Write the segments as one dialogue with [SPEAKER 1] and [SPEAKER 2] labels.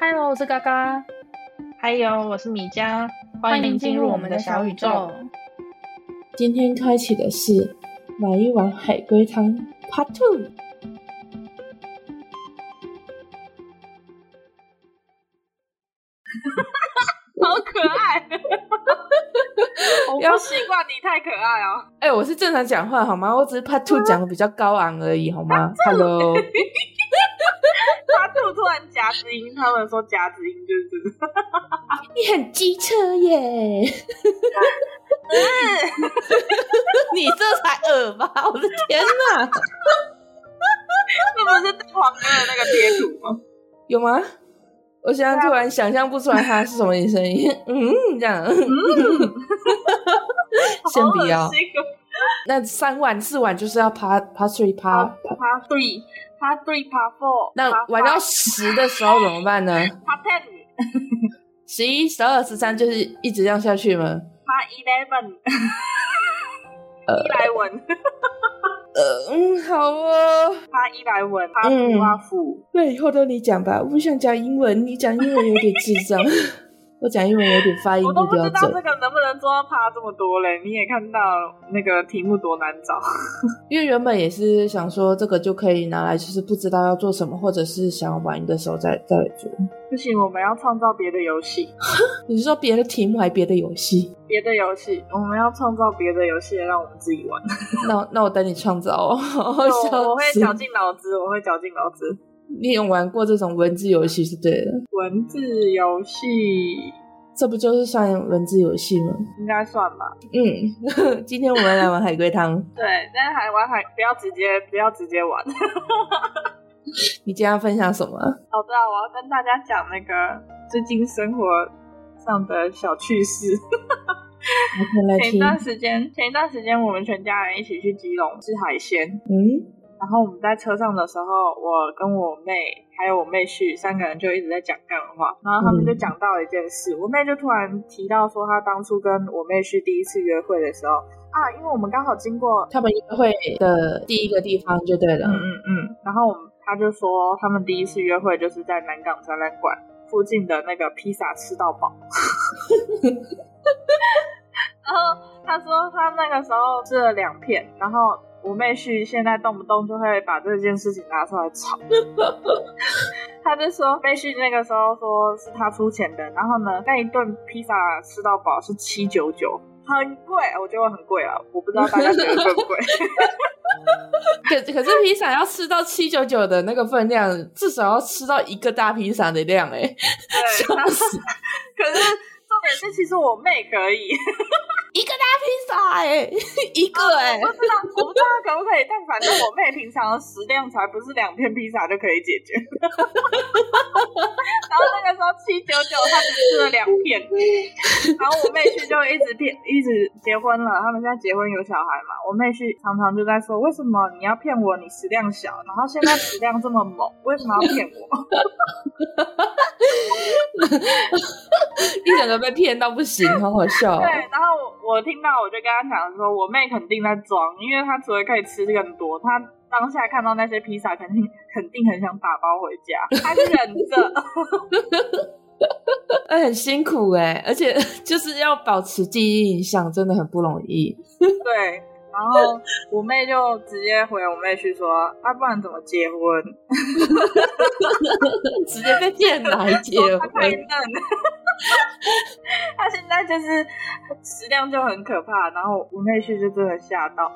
[SPEAKER 1] Hello，我是嘎嘎，
[SPEAKER 2] 还有，我是米江，
[SPEAKER 1] 欢
[SPEAKER 2] 欢迎进入我们的小宇宙。。
[SPEAKER 3] 今天开启的是来一碗海龟汤 Part Two。
[SPEAKER 2] 好可爱， 我
[SPEAKER 3] 要
[SPEAKER 2] 不习惯你太可爱哦。啊
[SPEAKER 3] 哎、我是正常讲话好吗？我只是 Part Two 讲的比较高昂而已好吗？Hello，
[SPEAKER 2] 他兔突然夹子音，他们说夹子音就是这个。
[SPEAKER 3] 你很机车耶！ 你
[SPEAKER 2] 嗯
[SPEAKER 3] 这才恶吧？我的天哪，
[SPEAKER 2] 这不是蛋黄哥的那个贴图吗？
[SPEAKER 3] 有吗？我现
[SPEAKER 2] 啊
[SPEAKER 3] 在突然想象不出来它是什么声音，嗯，这样， 先不要
[SPEAKER 2] 好恶。心哦
[SPEAKER 3] 那三晚四晚就是要 Part Part Three Part，
[SPEAKER 2] 哦他 three，他 three part four，
[SPEAKER 3] 那玩到十的时候怎么办呢？
[SPEAKER 2] 他 ten，
[SPEAKER 3] 十一、十二、十三，就是一直这样下去吗？
[SPEAKER 2] 他 eleven，伊莱文，
[SPEAKER 3] 呃，嗯，好哦。
[SPEAKER 2] 他伊莱文，他啊福阿福，
[SPEAKER 3] 那以后都你讲吧，我不想讲英文，你讲英文有点智障， 我讲英文有点发音
[SPEAKER 2] 我都
[SPEAKER 3] 不
[SPEAKER 2] 不
[SPEAKER 3] 标
[SPEAKER 2] 知道这
[SPEAKER 3] 准。
[SPEAKER 2] 个能不能做到趴这么多嘞。你也看到那个题目多难找，啊
[SPEAKER 3] 因为原本也是想说这个就可以拿来，就是不知道要做什么，或者是想要玩的时候再再来做。
[SPEAKER 2] 不行，我们要创造别的游戏。
[SPEAKER 3] 你是说别的题目还别的游 戏？
[SPEAKER 2] 别的游戏，我们要创造别的游戏，让我们自己玩。
[SPEAKER 3] 那那我等你创造哦。
[SPEAKER 2] 我我会
[SPEAKER 3] 笑
[SPEAKER 2] 绞
[SPEAKER 3] 死！
[SPEAKER 2] 尽脑汁，我会绞尽脑汁。
[SPEAKER 3] 你有玩过这种文字游戏是对的，
[SPEAKER 2] 文字游戏
[SPEAKER 3] 这不就是算文字游戏吗？
[SPEAKER 2] 应该算吧？
[SPEAKER 3] 嗯， 今天我们来玩海龟 汤。
[SPEAKER 2] 对，但是海玩海不要直接不要直接玩。
[SPEAKER 3] 你今天要分享什么？
[SPEAKER 2] 好的，哦啊我要跟大家讲那个最近生活上的小趣事。
[SPEAKER 3] 我先来
[SPEAKER 2] 前一
[SPEAKER 3] 听。
[SPEAKER 2] 段时间，前一段时间我们全家人一起去基隆吃海鲜，
[SPEAKER 3] 嗯，
[SPEAKER 2] 然后我们在车上的时候，我跟我妹还有我妹婿三个人就一直在讲干话，然后他们就讲到一件事，我妹就突然提到说，她当初跟我妹婿第一次约会的时候啊，因为我们刚好经过，
[SPEAKER 3] 他们约会的第一个地方就对了。
[SPEAKER 2] 嗯嗯嗯，然后我们她就说他们第一次约会就是在南港展览馆附近的那个披萨吃到饱， 然后她说她那个时候吃了两片，然后。我妹婿现在动不动就会把这件事情拿出来吵， 他就说妹婿那个时候说是他出钱的，然后呢，那一顿披萨吃到饱是七九九，很贵，我觉得很贵啊，我不知道大家觉得贵不贵。
[SPEAKER 3] 可可是披萨要吃到七九九的那个分量，至少要吃到一个大披萨的量哎、欸，
[SPEAKER 2] 对，然后
[SPEAKER 3] 死
[SPEAKER 2] 可是重点是，其实我妹可以，
[SPEAKER 3] 一个大披萨哎、 一个哎、
[SPEAKER 2] 我不知道我不知道她可不可以，但反正我妹平常的食量才不是两片披萨就可以解决。 然后那个时候七九九，她只吃了两片，然后我妹婿就一直骗，一直结婚了，他们现在结婚有小孩嘛，我妹婿常常就在说，为什么你要骗我？你食量小，然后现在食量这么猛，为什么要骗我？
[SPEAKER 3] 一整个被骗到不行，好好笑、哦。
[SPEAKER 2] 对，然后我我听到我就跟他讲说，我妹肯定在装，因为她除了可以吃更多，她当下看到那些披萨，肯定肯定很想打包回家，她就忍着。
[SPEAKER 3] 哎，很辛苦哎、而且 就是要保持第一印象，真的很不容易。
[SPEAKER 2] 对，然后我妹就直接回我妹去说，啊，不然怎么结婚？
[SPEAKER 3] 直接被骗来 结
[SPEAKER 2] 说她太
[SPEAKER 3] 婚，
[SPEAKER 2] 嫩了。 她现在就是食量就很可怕，然后我妹婿就真的吓到。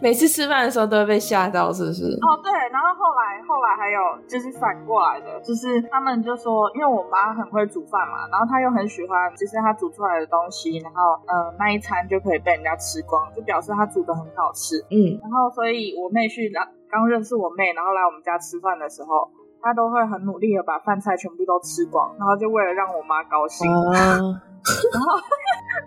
[SPEAKER 3] 每次吃饭的时候都会被吓到，是不是？
[SPEAKER 2] 哦，对，然后后来后来还有就是反过来的，就是他们就说，因为我妈很会煮饭嘛，然后她又很喜欢，就是她煮出来的东西，然后呃那一餐就可以被人家吃光，就表示她煮的很好吃。
[SPEAKER 3] 嗯，
[SPEAKER 2] 然后所以我妹去来刚认识我妹，然后来我们家吃饭的时候，她都会很努力的把饭菜全部都吃光，然后就为了让我妈高兴。
[SPEAKER 3] 啊，
[SPEAKER 2] 哦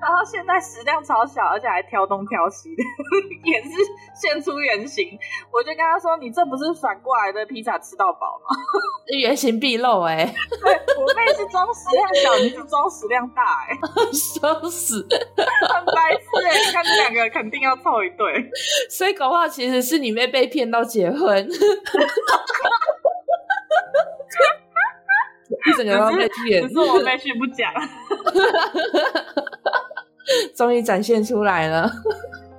[SPEAKER 2] 然后现在食量超小，而且还挑东挑西的， 也是现出原形。我就跟他说：“你这不是反过来的披萨吃到饱吗？
[SPEAKER 3] 原形毕露哎、
[SPEAKER 2] 我妹是装食量小，你是装食量大、欸，
[SPEAKER 3] 笑死！
[SPEAKER 2] 很白痴哎、你看这两个肯定要凑一对，
[SPEAKER 3] 所以搞不好其实是你妹被骗到结婚， 一整个要被
[SPEAKER 2] 只
[SPEAKER 3] 骗，
[SPEAKER 2] 是我妹去不讲，
[SPEAKER 3] 终于展现出来了。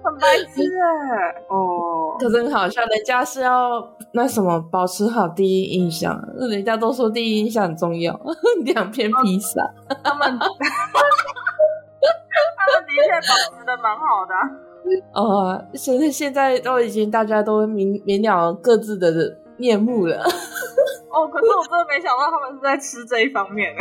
[SPEAKER 2] 很白痴哎、哦，
[SPEAKER 3] 可是很好笑，人家是要那什么保持好第一印象，人家都说第一印象很重要。 两片披萨，
[SPEAKER 2] 他们他们的确保持的蛮好的啊、
[SPEAKER 3] 哦，现在现在都已经大家都明明了各自的面目了
[SPEAKER 2] 哦，可是我真的没想到他们是在吃这一方面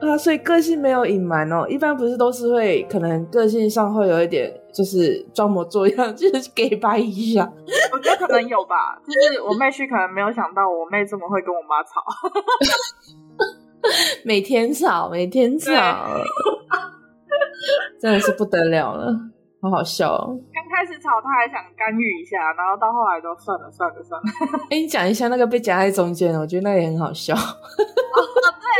[SPEAKER 2] 哎、
[SPEAKER 3] 啊，所以个性没有隐瞒哦。一般不是都是会可能个性上会有一点就是装模作样，就是给白一下。
[SPEAKER 2] 我觉得可能有吧，就是我妹去可能没有想到我妹这么会跟我妈吵，
[SPEAKER 3] 每天吵，每天吵， 真的是不得了了，好好笑哦！
[SPEAKER 2] 刚开始吵她还想干预一下，然后到后来都算了算了算了。
[SPEAKER 3] 哎，你讲一下那个被夹在中间的，哦我觉得那也很好笑。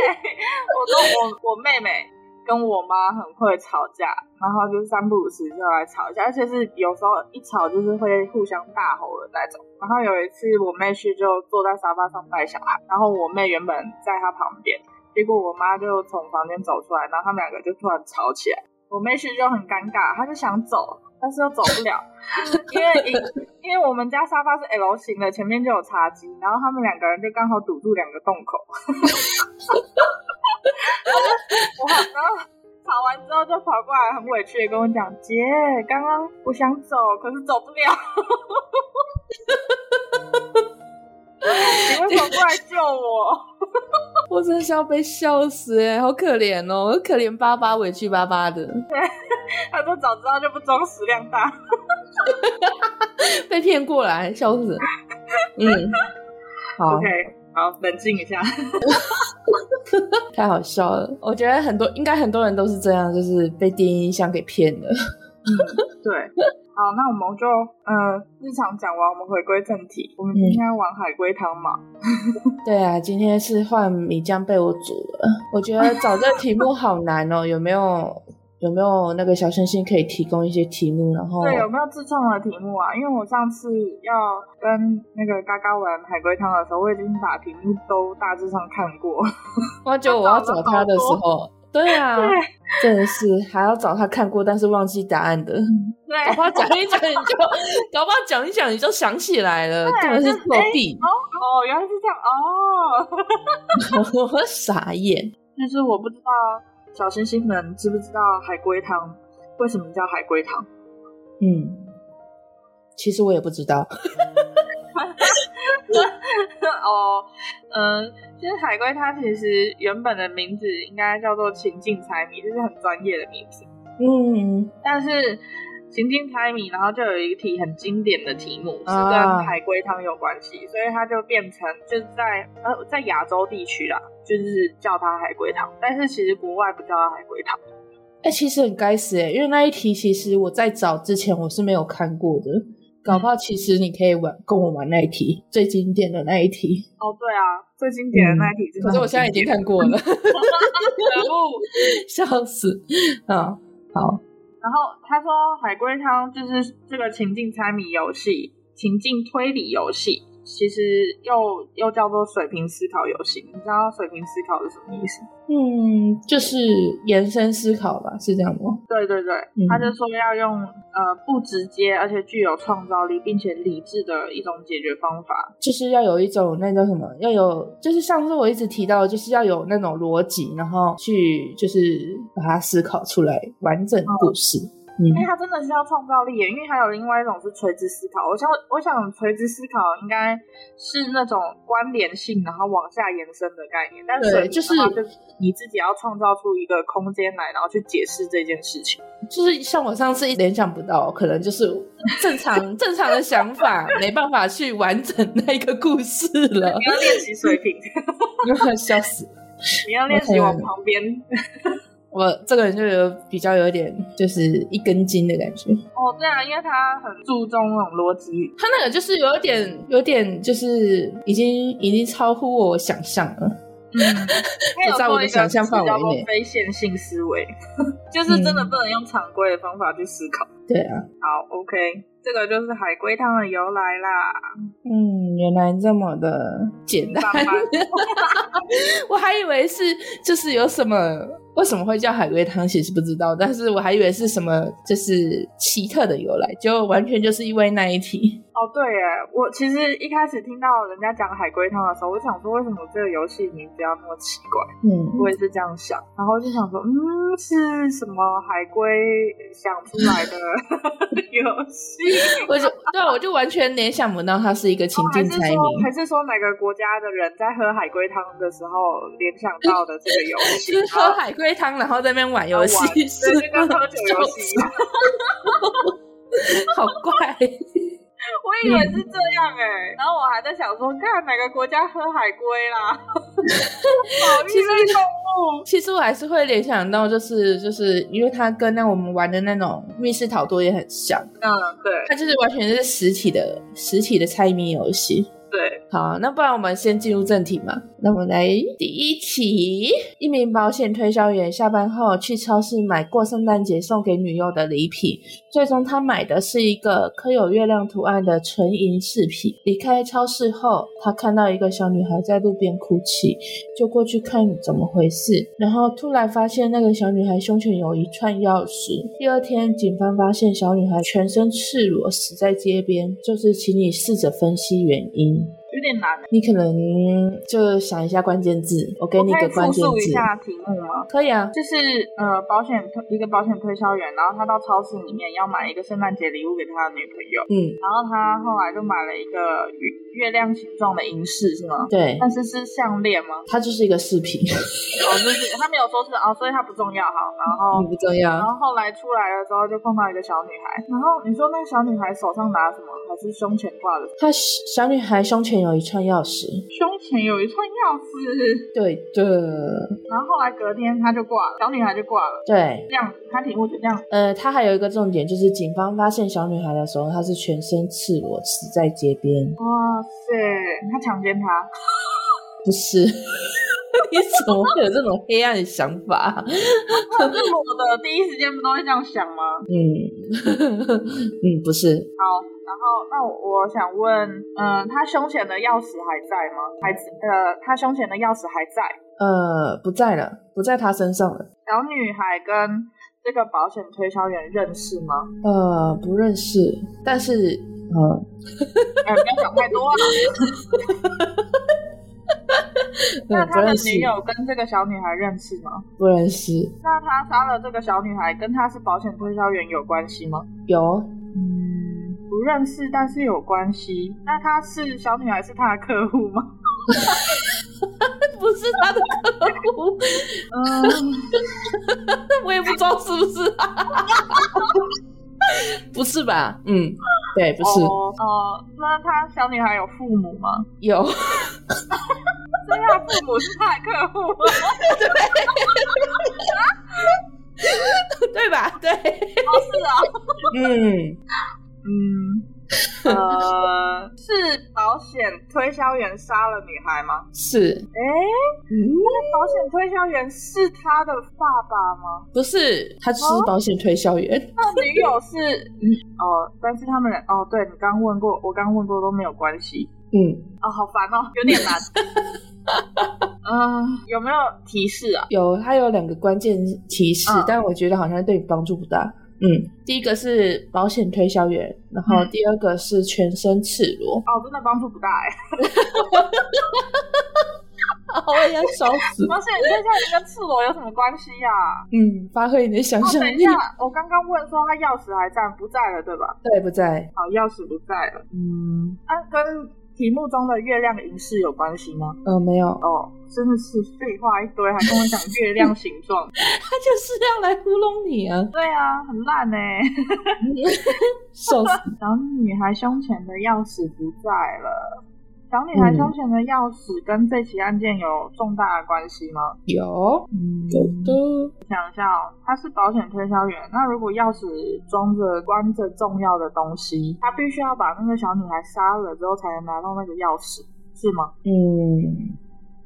[SPEAKER 2] 我跟我我妹妹跟我妈很会吵架，然后就是三不五时就来吵一下，而且是有时候一吵就是会互相大吼的那种。然后有一次我妹去就坐在沙发上带小孩，然后我妹原本在她旁边，结果我妈就从房间走出来，然后他们两个就突然吵起来。我妹去就很尴尬，她就想走，但是又走不了， 因为因因为我们家沙发是 L 型的，前面就有茶几，然后他们两个人就刚好堵住两个洞口。我然后吵完之后就跑过来，很委屈的跟我讲：“姐，刚刚我想走，可是走不了。你为什么过来救我？
[SPEAKER 3] 我真的是要被笑死哎，好可怜哦，可怜巴巴，委屈巴巴的，
[SPEAKER 2] 他说早知道就不装食量大。
[SPEAKER 3] 被骗过来，笑死。嗯，好
[SPEAKER 2] OK，好，冷静一下。
[SPEAKER 3] 太好笑了。我觉得很多，应该很多人都是这样，就是被第一印象给骗了。
[SPEAKER 2] 对，好，那我们就嗯、呃日常讲完，我们回归正题。我们今天要玩海龟汤嘛？
[SPEAKER 3] 对啊，今天是换米浆被我煮了。我觉得找这个题目好难哦，有没有有没有那个小星星可以提供一些题目？然后
[SPEAKER 2] 对，有没有自创的题目啊？因为我上次要跟那个嘎嘎玩海龟汤的时候，我已经把题目都大致上看过。
[SPEAKER 3] 我觉得我要找他的时候，对啊，
[SPEAKER 2] 对
[SPEAKER 3] 真的是还要找他看过但是忘记答案的，
[SPEAKER 2] 对，
[SPEAKER 3] 搞不好讲一讲你就，搞不好讲一讲你就想起来了，根本是
[SPEAKER 2] 就是
[SPEAKER 3] 作弊，
[SPEAKER 2] 哦，原来是这样 哦。
[SPEAKER 3] 我傻眼。
[SPEAKER 2] 就是我不知道小星星们知不知道海龟汤为什么叫海龟汤？
[SPEAKER 3] 嗯，其实我也不知道，
[SPEAKER 2] 哦，嗯，其实海龟它其实原本的名字应该叫做情境猜谜，这是很专业的名字。
[SPEAKER 3] 嗯，
[SPEAKER 2] 但是情境猜谜，然后就有一题很经典的题目是
[SPEAKER 3] 啊
[SPEAKER 2] 跟海龟汤有关系，所以它就变成就是在呃在亚洲地区啦，就是叫它海龟汤，但是其实国外不叫它海龟汤。
[SPEAKER 3] 哎、其实很该死哎，因为那一题其实我在找之前我是没有看过的，搞不好其实你可以玩跟我玩那一题最经典的那一题，
[SPEAKER 2] 哦，对啊，最经典的那一题真的很经典、
[SPEAKER 3] 可是我现在已经看过了，
[SPEAKER 2] 可恶。
[SPEAKER 3] 笑死啊！好，
[SPEAKER 2] 然后他说海龟汤就是这个情境猜谜游戏、情境推理游戏，其实又又叫做水平思考游戏。你知道水平思考是什么意思？
[SPEAKER 3] 嗯，就是延伸思考吧，是这样吗？
[SPEAKER 2] 对对对，
[SPEAKER 3] 嗯
[SPEAKER 2] 他就说要用呃不直接，而且具有创造力，并且理智的一种解决方法。
[SPEAKER 3] 就是要有一种那叫什么，要有，就是上次我一直提到的，就是要有那种逻辑，然后去就是把它思考出来完整故事。
[SPEAKER 2] 因为
[SPEAKER 3] 嗯，
[SPEAKER 2] 他真的需要创造力耶，因为还有另外一种是垂直思考。我想，我想垂直思考应该是那种关联性，然后往下延伸的概念。但
[SPEAKER 3] 对
[SPEAKER 2] 水平
[SPEAKER 3] 就是
[SPEAKER 2] 的话就是你自己要创造出一个空间来，然后去解释这件事
[SPEAKER 3] 呃
[SPEAKER 2] 情。
[SPEAKER 3] 就是像我上次联想不到，可能就是正常正常的想法，没办法去完整那个故事了
[SPEAKER 2] 你，要练习水平，
[SPEAKER 3] 笑死。
[SPEAKER 2] 你要练习往旁边。
[SPEAKER 3] 我这个人就有比较有点就是一根筋的感觉，
[SPEAKER 2] 哦，对啊，因为他很注重那种逻辑
[SPEAKER 3] 他那个就是有点有点就是已经已经超乎我想象了。
[SPEAKER 2] 嗯，
[SPEAKER 3] 不在我的想象范围内
[SPEAKER 2] 它有做一个叫做非线性思 维，就是真的不能用常规的方法去思考。
[SPEAKER 3] 对啊，
[SPEAKER 2] 好，OK，这个就是海龟汤的由来啦。
[SPEAKER 3] 嗯，嗯，原来这么的简单，
[SPEAKER 2] 上班
[SPEAKER 3] 我还以为是就是有什么为什么会叫海龟汤，其实不知道，但是我还以为是什么就是奇特的由来，结果完全就是因为那一题。
[SPEAKER 2] 哦，对耶，我其实一开始听到人家讲海龟汤的时候，我想说为什么这个游戏名字要那么奇怪？
[SPEAKER 3] 嗯，
[SPEAKER 2] 我也是这样想，然后就想说，嗯，是什么海龟想出来的 游戏？
[SPEAKER 3] 我就对啊，我就完全联想不到它是一个情
[SPEAKER 2] 哦还
[SPEAKER 3] 境
[SPEAKER 2] 是
[SPEAKER 3] 猜
[SPEAKER 2] 说，
[SPEAKER 3] 谜，
[SPEAKER 2] 还是说哪个国家的人在喝海龟汤的时候联想到的这个游戏？
[SPEAKER 3] 就是
[SPEAKER 2] 然
[SPEAKER 3] 喝
[SPEAKER 2] 后
[SPEAKER 3] 海龟汤，然后在那边玩游
[SPEAKER 2] 哦玩
[SPEAKER 3] 戏，是
[SPEAKER 2] 对，就跟喝酒游戏一样。
[SPEAKER 3] 好怪。
[SPEAKER 2] 我以为是这样哎、然后我还在想说，看哪个国家喝海龟啦？ 保育
[SPEAKER 3] 其实
[SPEAKER 2] 类动物，
[SPEAKER 3] 其实我还是会联想到，就是就是因为它跟那我们玩的那种密室逃脱也很像，
[SPEAKER 2] 嗯，对
[SPEAKER 3] 它就是完全是实体的实体的猜谜游戏。
[SPEAKER 2] 对，
[SPEAKER 3] 好，那不然我们先进入正题嘛。那我们来第一题：一名保险推销员下班后去超市买过圣诞节送给女友的礼品，最终他买的是一个刻有月亮图案的纯银饰品。离开超市后，他看到一个小女孩在路边哭泣，就过去看怎么回事，然后突然发现那个小女孩胸前有一串钥匙。第二天，警方发现小女孩全身赤裸死在街边，就是请你试着分析原因。
[SPEAKER 2] 有点难。
[SPEAKER 3] 你可能就想一下关键字，我给
[SPEAKER 2] 我
[SPEAKER 3] 你一
[SPEAKER 2] 可以
[SPEAKER 3] 个关
[SPEAKER 2] 复
[SPEAKER 3] 键
[SPEAKER 2] 述一
[SPEAKER 3] 字，
[SPEAKER 2] 下题目吗？
[SPEAKER 3] 可以啊。
[SPEAKER 2] 就是呃，保险推一个保险推销员，然后他到超市里面要买一个圣诞节礼物给他的女朋友，
[SPEAKER 3] 嗯，
[SPEAKER 2] 然后他后来就买了一个月月亮形状的银饰，是吗？
[SPEAKER 3] 对，
[SPEAKER 2] 但是是项链吗？
[SPEAKER 3] 它就是一个饰品，
[SPEAKER 2] 哦，就是他没有说是哦，所以它不重要。好，然后
[SPEAKER 3] 不重
[SPEAKER 2] 然
[SPEAKER 3] 要。
[SPEAKER 2] 后后来出来了之后，就碰到一个小女孩。然后你说那个小女孩手上拿什么？还是胸前挂的？
[SPEAKER 3] 她小女孩胸前有一串钥匙，
[SPEAKER 2] 胸前有一串钥匙。
[SPEAKER 3] 对的，
[SPEAKER 2] 然后后来隔天她就挂了，小女孩就挂了。
[SPEAKER 3] 对。
[SPEAKER 2] 这样，她题目就这样。
[SPEAKER 3] 呃，她还有一个重点就是，警方发现小女孩的时候，她是全身赤裸，死在街边。
[SPEAKER 2] 哇塞，她强奸她，
[SPEAKER 3] 不是， 你怎么会有这种黑暗的想法？
[SPEAKER 2] 可是我的第一时间不都会这样想吗？
[SPEAKER 3] 嗯 嗯，不是，
[SPEAKER 2] 然后，那我我想问，嗯，她胸前的钥匙还在吗？还呃，她胸前的钥匙还在。
[SPEAKER 3] 呃，不在了，不在她身上了。
[SPEAKER 2] 小女孩跟这个保险推销员认识吗？
[SPEAKER 3] 呃，不认识，但是呃，
[SPEAKER 2] 哎、不要想太 多啊。那
[SPEAKER 3] 嗯不
[SPEAKER 2] 他的
[SPEAKER 3] 认识
[SPEAKER 2] 女，友跟这个小女孩认识吗？
[SPEAKER 3] 不认识，
[SPEAKER 2] 那他杀了这个小女孩，跟他是保险推销员有关系吗？
[SPEAKER 3] 有
[SPEAKER 2] 嗯，不认识，但是有关系。那他是小女孩是他的客户吗？
[SPEAKER 3] 不是他的客户，
[SPEAKER 2] 嗯，
[SPEAKER 3] 我也不知道是不是、啊 不是吧？嗯，对， 不是，
[SPEAKER 2] 哦、哦那他小女孩有父母吗？
[SPEAKER 3] 有，
[SPEAKER 2] 所以他的父母是他的客户吗？
[SPEAKER 3] 对吧？对，
[SPEAKER 2] 哦，是啊。
[SPEAKER 3] 嗯，
[SPEAKER 2] 嗯， 呃，是保险推销员杀了女孩吗？
[SPEAKER 3] 是，
[SPEAKER 2] 诶，
[SPEAKER 3] 嗯，
[SPEAKER 2] 那保险推销员是他的爸爸吗？
[SPEAKER 3] 不是，他只是保险推销员，
[SPEAKER 2] 那女友是嗯哦，但是他们俩哦，对你刚问过，我刚问过都没有关系
[SPEAKER 3] 嗯，
[SPEAKER 2] 哦，好烦哦，有点 难。嗯、有没有提示啊？
[SPEAKER 3] 有，他有两个关键提示，
[SPEAKER 2] 嗯
[SPEAKER 3] 但我觉得好像对你帮助不大。嗯，第一个是保险推销员，然后
[SPEAKER 2] 嗯
[SPEAKER 3] 第二个是全身赤裸，
[SPEAKER 2] 哦，真的帮助不大 哎、
[SPEAKER 3] 哦我也要笑死。
[SPEAKER 2] 而且你对象你跟赤裸有什么关系呀、啊？
[SPEAKER 3] 嗯，发挥你的想
[SPEAKER 2] 哦，
[SPEAKER 3] 象
[SPEAKER 2] 等一
[SPEAKER 3] 力。
[SPEAKER 2] 下，我刚刚问说他钥匙还在不在了，对吧？
[SPEAKER 3] 对不在？
[SPEAKER 2] 好，钥匙不在了。嗯，那、跟题目中的月亮银饰有关系吗？
[SPEAKER 3] 呃，没有，
[SPEAKER 2] 哦，真的是废话一堆，还跟我讲月亮形状。
[SPEAKER 3] 他就是要来糊弄你啊！
[SPEAKER 2] 对啊，很烂哎、
[SPEAKER 3] 笑死。
[SPEAKER 2] 小女孩胸前的钥匙不在了。小女孩
[SPEAKER 3] 嗯
[SPEAKER 2] 胸前的钥匙跟这起案件有重大的关系吗？
[SPEAKER 3] 有
[SPEAKER 2] 嗯
[SPEAKER 3] 有的，
[SPEAKER 2] 想一下哦，她是保险推销员，那如果钥匙装着关着重要的东西，她必须要把那个小女孩杀了之后才能拿到那个钥匙，是吗？
[SPEAKER 3] 嗯，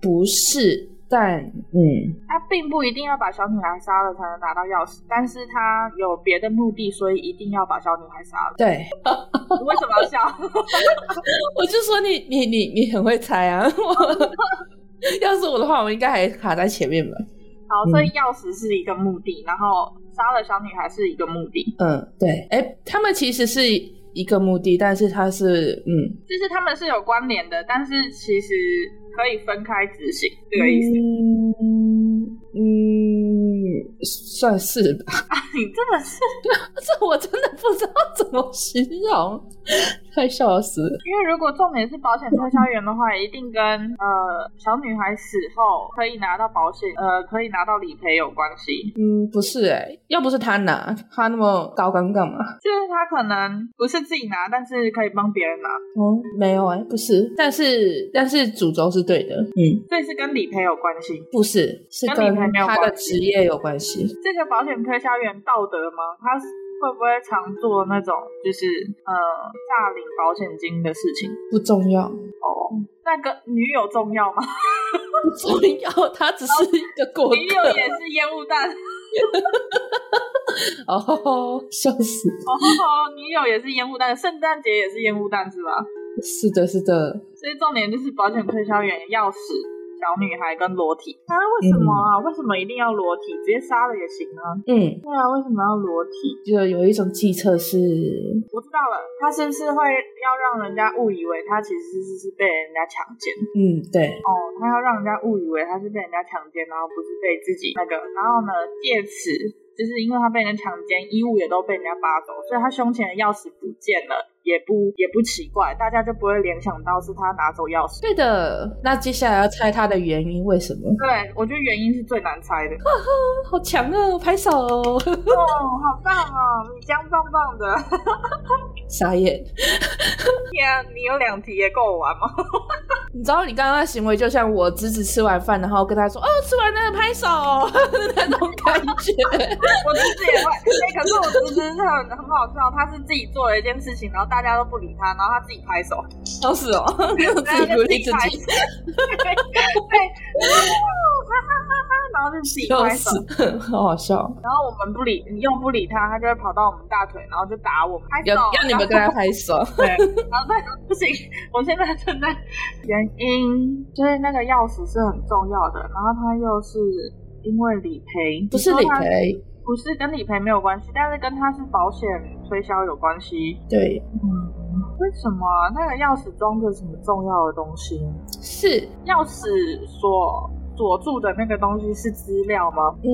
[SPEAKER 3] 不是，但嗯，。
[SPEAKER 2] 他并不一定要把小女孩杀了才能拿到钥匙，但是他有别的目的，所以一定要把小女孩杀了
[SPEAKER 3] 对，
[SPEAKER 2] 你为什么要笑？
[SPEAKER 3] 我就说你你你你很会猜 啊！我要是我的话，我应该还卡在前面吧。
[SPEAKER 2] 好，所以钥匙是一个目的，然后杀了小女孩是一个目的，
[SPEAKER 3] 嗯，对，哎，他们其实是一个目的，但是他是嗯
[SPEAKER 2] 就是他们是有关联的，但是其实可以分开执行，这个意思。
[SPEAKER 3] 嗯嗯，算是吧。
[SPEAKER 2] 你真的是，
[SPEAKER 3] 这我真的不知道怎么形容，快笑死了。
[SPEAKER 2] 因为如果重点是保险推销员的话，一定跟呃小女孩死后可以拿到保险，呃可以拿到理赔有关系。
[SPEAKER 3] 嗯，不是哎、要不是他拿，他那么高干干嘛？
[SPEAKER 2] 就是他可能不是自己拿，但是可以帮别人拿，
[SPEAKER 3] 嗯，没有哎、不是。但是但是主轴是对的，嗯，
[SPEAKER 2] 所以是跟理赔有关系。
[SPEAKER 3] 不是，是
[SPEAKER 2] 跟
[SPEAKER 3] 跟
[SPEAKER 2] 理赔没有
[SPEAKER 3] 他的
[SPEAKER 2] 关系
[SPEAKER 3] 职业有关系。
[SPEAKER 2] 这个保险推销员道德吗？他会不会常做那种就是呃诈领保险金的事情？
[SPEAKER 3] 不重要，
[SPEAKER 2] 哦，那跟女友重要吗？
[SPEAKER 3] 不重要，他只是一个过
[SPEAKER 2] 女友
[SPEAKER 3] 客。
[SPEAKER 2] 也是烟雾弹，
[SPEAKER 3] 哦，笑死！
[SPEAKER 2] 哦，女友也是烟雾弹，圣诞节也是烟雾弹是吧？
[SPEAKER 3] 是的，是的，
[SPEAKER 2] 所以重点就是保险推销员钥匙、小女孩跟裸体啊？为什么啊？为什么一定要裸体？直接杀了也行啊？
[SPEAKER 3] 嗯，
[SPEAKER 2] 对啊，为什么要裸体？
[SPEAKER 3] 就有一种计策是，
[SPEAKER 2] 我知道了，他是不是会要让人家误以为他其实是是被人家强奸？
[SPEAKER 3] 嗯，对，
[SPEAKER 2] 哦，他要让人家误以为他是被人家强奸，然后不是被自己那个，然后呢，借此就是因为他被人家强奸，衣物也都被人家扒走，所以他胸前的钥匙不见了，也不也不奇怪，大家就不会联想到是他拿走钥匙。
[SPEAKER 3] 对的。那接下来要猜他的原因，为什么？哦
[SPEAKER 2] 对，我觉得原因是最难猜的。
[SPEAKER 3] 好强啊！拍手，
[SPEAKER 2] 哦，好棒哦，你姜棒棒的！
[SPEAKER 3] 傻眼。
[SPEAKER 2] 天啊、你有两题也够我玩吗？
[SPEAKER 3] 你知道你刚刚的行为就像我侄子吃完饭，然后跟他说：“哦，吃完了，拍手。” 那种感觉。
[SPEAKER 2] 我侄子也会，哎、可是我侄子是很很好笑，他是自己做了一件事情，然后大家都不理他，然后他自己拍手，
[SPEAKER 3] 笑死哦，自己鼓励自
[SPEAKER 2] 拍
[SPEAKER 3] 己
[SPEAKER 2] 手，，对，对哈哈哈哈，然后就自己
[SPEAKER 3] 笑
[SPEAKER 2] 拍手，
[SPEAKER 3] 死， 好好笑。
[SPEAKER 2] 然后我们不理，又不理他，他就会跑到我们大腿，然后就打我们，拍手，
[SPEAKER 3] 要要你们跟他拍手。
[SPEAKER 2] 对，然后他就不行，我现在正在原因就是那个钥匙是很重要的，然后他又是因为理赔，
[SPEAKER 3] 不是
[SPEAKER 2] 你
[SPEAKER 3] 理
[SPEAKER 2] 说他
[SPEAKER 3] 赔，
[SPEAKER 2] 不是跟理赔没有关系，但是跟他是保险推销有关系。
[SPEAKER 3] 对，
[SPEAKER 2] 嗯，为什么啊那个钥匙装着什么重要的东西呢？
[SPEAKER 3] 是，
[SPEAKER 2] 钥匙所锁住的那个东西是资料吗？
[SPEAKER 3] 嗯，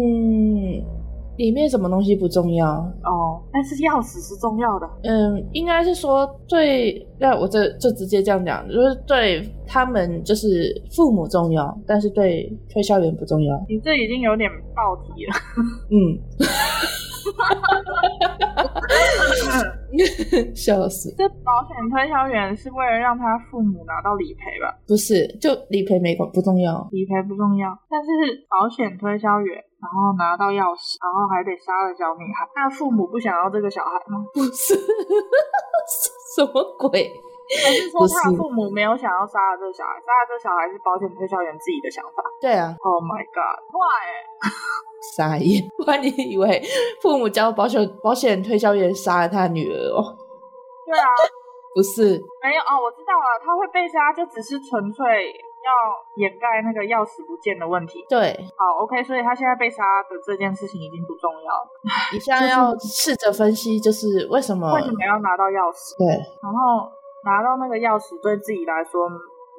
[SPEAKER 3] 里面什么东西不重要，
[SPEAKER 2] 哦，但是钥匙是重要的。
[SPEAKER 3] 嗯，应该是说对，那我这就直接这样讲，就是对他们就是父母重要，但是对推销员不重要。
[SPEAKER 2] 你这已经有点爆题了。
[SPEAKER 3] 嗯， 笑死，
[SPEAKER 2] 这保险推销员是为了让他父母拿到理赔吧？
[SPEAKER 3] 不是，就理赔没关不重要，
[SPEAKER 2] 理赔不重要，但是保险推销员，然后拿到钥匙，然后还得杀了小女孩。那父母不想要这个小孩吗？
[SPEAKER 3] 不是，什么鬼？
[SPEAKER 2] 还是说他
[SPEAKER 3] 不是
[SPEAKER 2] 的父母没有想要杀了这个小孩，杀了这个小孩是保险推销员自己的想法
[SPEAKER 3] 对啊，
[SPEAKER 2] ？Oh my god！Why？
[SPEAKER 3] 傻眼，不然你以为父母交保险保险推销员杀了他女儿哦？
[SPEAKER 2] 对啊，
[SPEAKER 3] 不是，
[SPEAKER 2] 没有哦，我知道了，他会被杀就只是纯粹要掩盖那个钥匙不见的问题。
[SPEAKER 3] 对，
[SPEAKER 2] 好，OK，所以他现在被杀的这件事情已经不重要了，
[SPEAKER 3] 你现在要试着分析，就是为什么？
[SPEAKER 2] 为什么要拿到钥匙？
[SPEAKER 3] 对，
[SPEAKER 2] 然后拿到那个钥匙对自己来说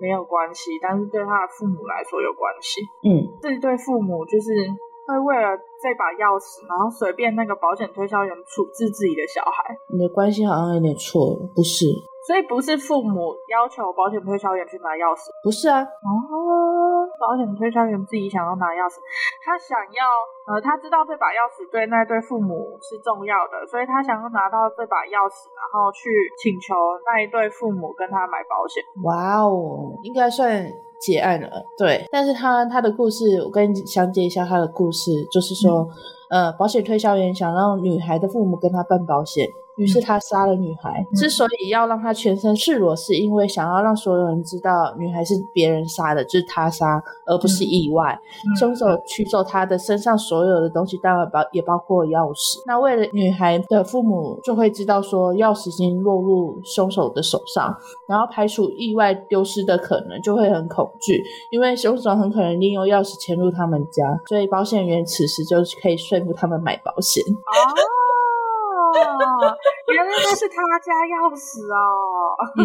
[SPEAKER 2] 没有关系，但是对他的父母来说有关系。
[SPEAKER 3] 嗯，
[SPEAKER 2] 这对父母就是会为了这把钥匙，然后随便那个保险推销员处置自己的小孩，
[SPEAKER 3] 你的关系好像有点错了，不是？
[SPEAKER 2] 所以不是父母要求保险推销员去拿钥匙，
[SPEAKER 3] 不是啊，
[SPEAKER 2] 哦，保险推销员自己想要拿钥匙，他想要，呃，他知道这把钥匙对那对父母是重要的，所以他想要拿到这把钥匙，然后去请求那一对父母跟他买保险。
[SPEAKER 3] 哇哦，应该算结案了。对，但是他他的故事，我跟你详解一下他的故事，就是说，呃，保险推销员想让女孩的父母跟他办保险，于是他杀了女孩。之所以要让她全身赤裸，是因为想要让所有人知道女孩是别人杀的，就是他杀，而不是意外。凶手取走她的身上所有的东西，当然包也包括钥匙。那为了女孩的父母就会知道说钥匙已经落入凶手的手上，然后排除意外丢失的可能，就会很恐惧，因为凶手很可能利用钥匙潜入他们家，所以保险员此时就可以说服他们买保险。
[SPEAKER 2] 哦，原来那是他家钥匙哦！
[SPEAKER 3] 嗯，